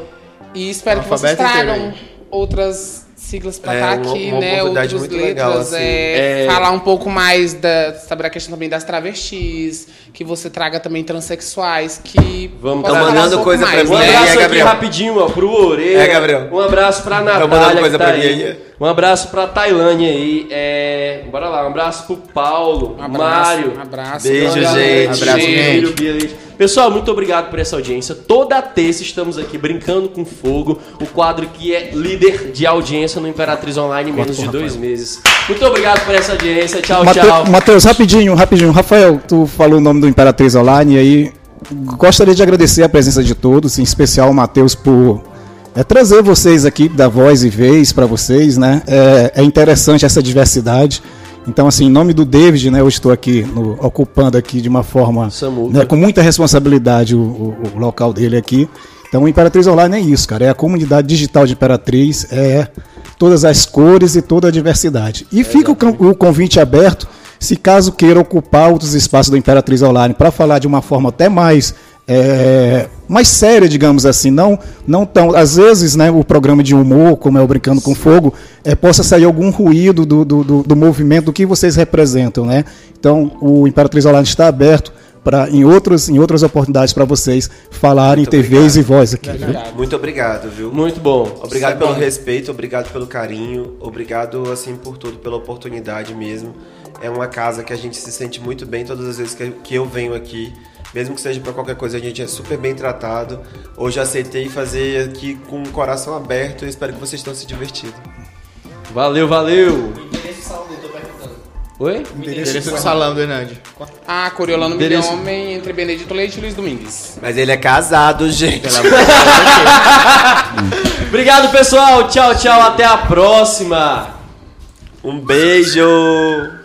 E espero que vocês Alfabeto inteiro tragam outras siglas pra É, estar uma- aqui, uma né? oportunidade Outras muito legal, letras, assim. é, É. falar um pouco mais da, sobre a questão também das travestis, que você traga também transexuais, que Vamos, possa tá falar mandando pouco coisa pra mais, né? Um mim E aí, abraço aqui Gabriel? rapidinho, ó, pro Oreia. É, Gabriel? Um abraço pra Natália. mandando coisa que tá pra mim aí. aí. Um abraço pra Tailândia aí. É... Bora lá, um abraço pro Paulo, Um abraço, Mário. Um abraço. Beijo, Então, gente. Abraço, gente. Cheiro, beijo. Pessoal, muito obrigado por essa audiência. Toda terça estamos aqui brincando com fogo, o quadro que é líder de audiência no Imperatriz Online em menos de dois meses. Muito obrigado por essa audiência. Tchau, tchau. Mate- Matheus, rapidinho, rapidinho. Rafael, tu falou o nome do Imperatriz Online e aí gostaria de agradecer a presença de todos, em especial o Matheus por é, trazer vocês aqui, dar voz e vez para vocês, né? É, é interessante essa diversidade. Então, assim, em nome do David, né, eu estou aqui no- ocupando aqui de uma forma Samuca. né, com muita responsabilidade o, o- o local dele aqui. Então, o Imperatriz Online é isso, cara. É a comunidade digital de Imperatriz, é todas as cores e toda a diversidade. E fica o, con- o convite aberto, se caso queira ocupar outros espaços do Imperatriz Online para falar de uma forma até mais é, mais séria, digamos assim, não não tão. Às vezes, né, o programa de humor, como é o Brincando com Fogo, é, possa sair algum ruído do, do, do, do movimento, do que vocês representam, né? Então, o Imperatriz Online está aberto para em outros em outras oportunidades para vocês falarem Muito TVs e voz aqui. viu? Muito obrigado, viu? Muito bom. Obrigado Isso é pelo bom. respeito, obrigado pelo carinho, obrigado assim por tudo, pela oportunidade mesmo. É uma casa que a gente se sente muito bem todas as vezes que, que eu venho aqui. Mesmo que seja para qualquer coisa, a gente é super bem tratado. Hoje aceitei fazer aqui com o coração aberto e espero que vocês tenham se divertido. Valeu, valeu. Oi? Endereço do salão do Hernandes. Ah, Coriolano Milhão Endereço. Homem, entre Benedito Leite e Luiz Domingues. Mas ele é casado, gente. Obrigado, pessoal. Tchau, tchau. Até a próxima. Um beijo!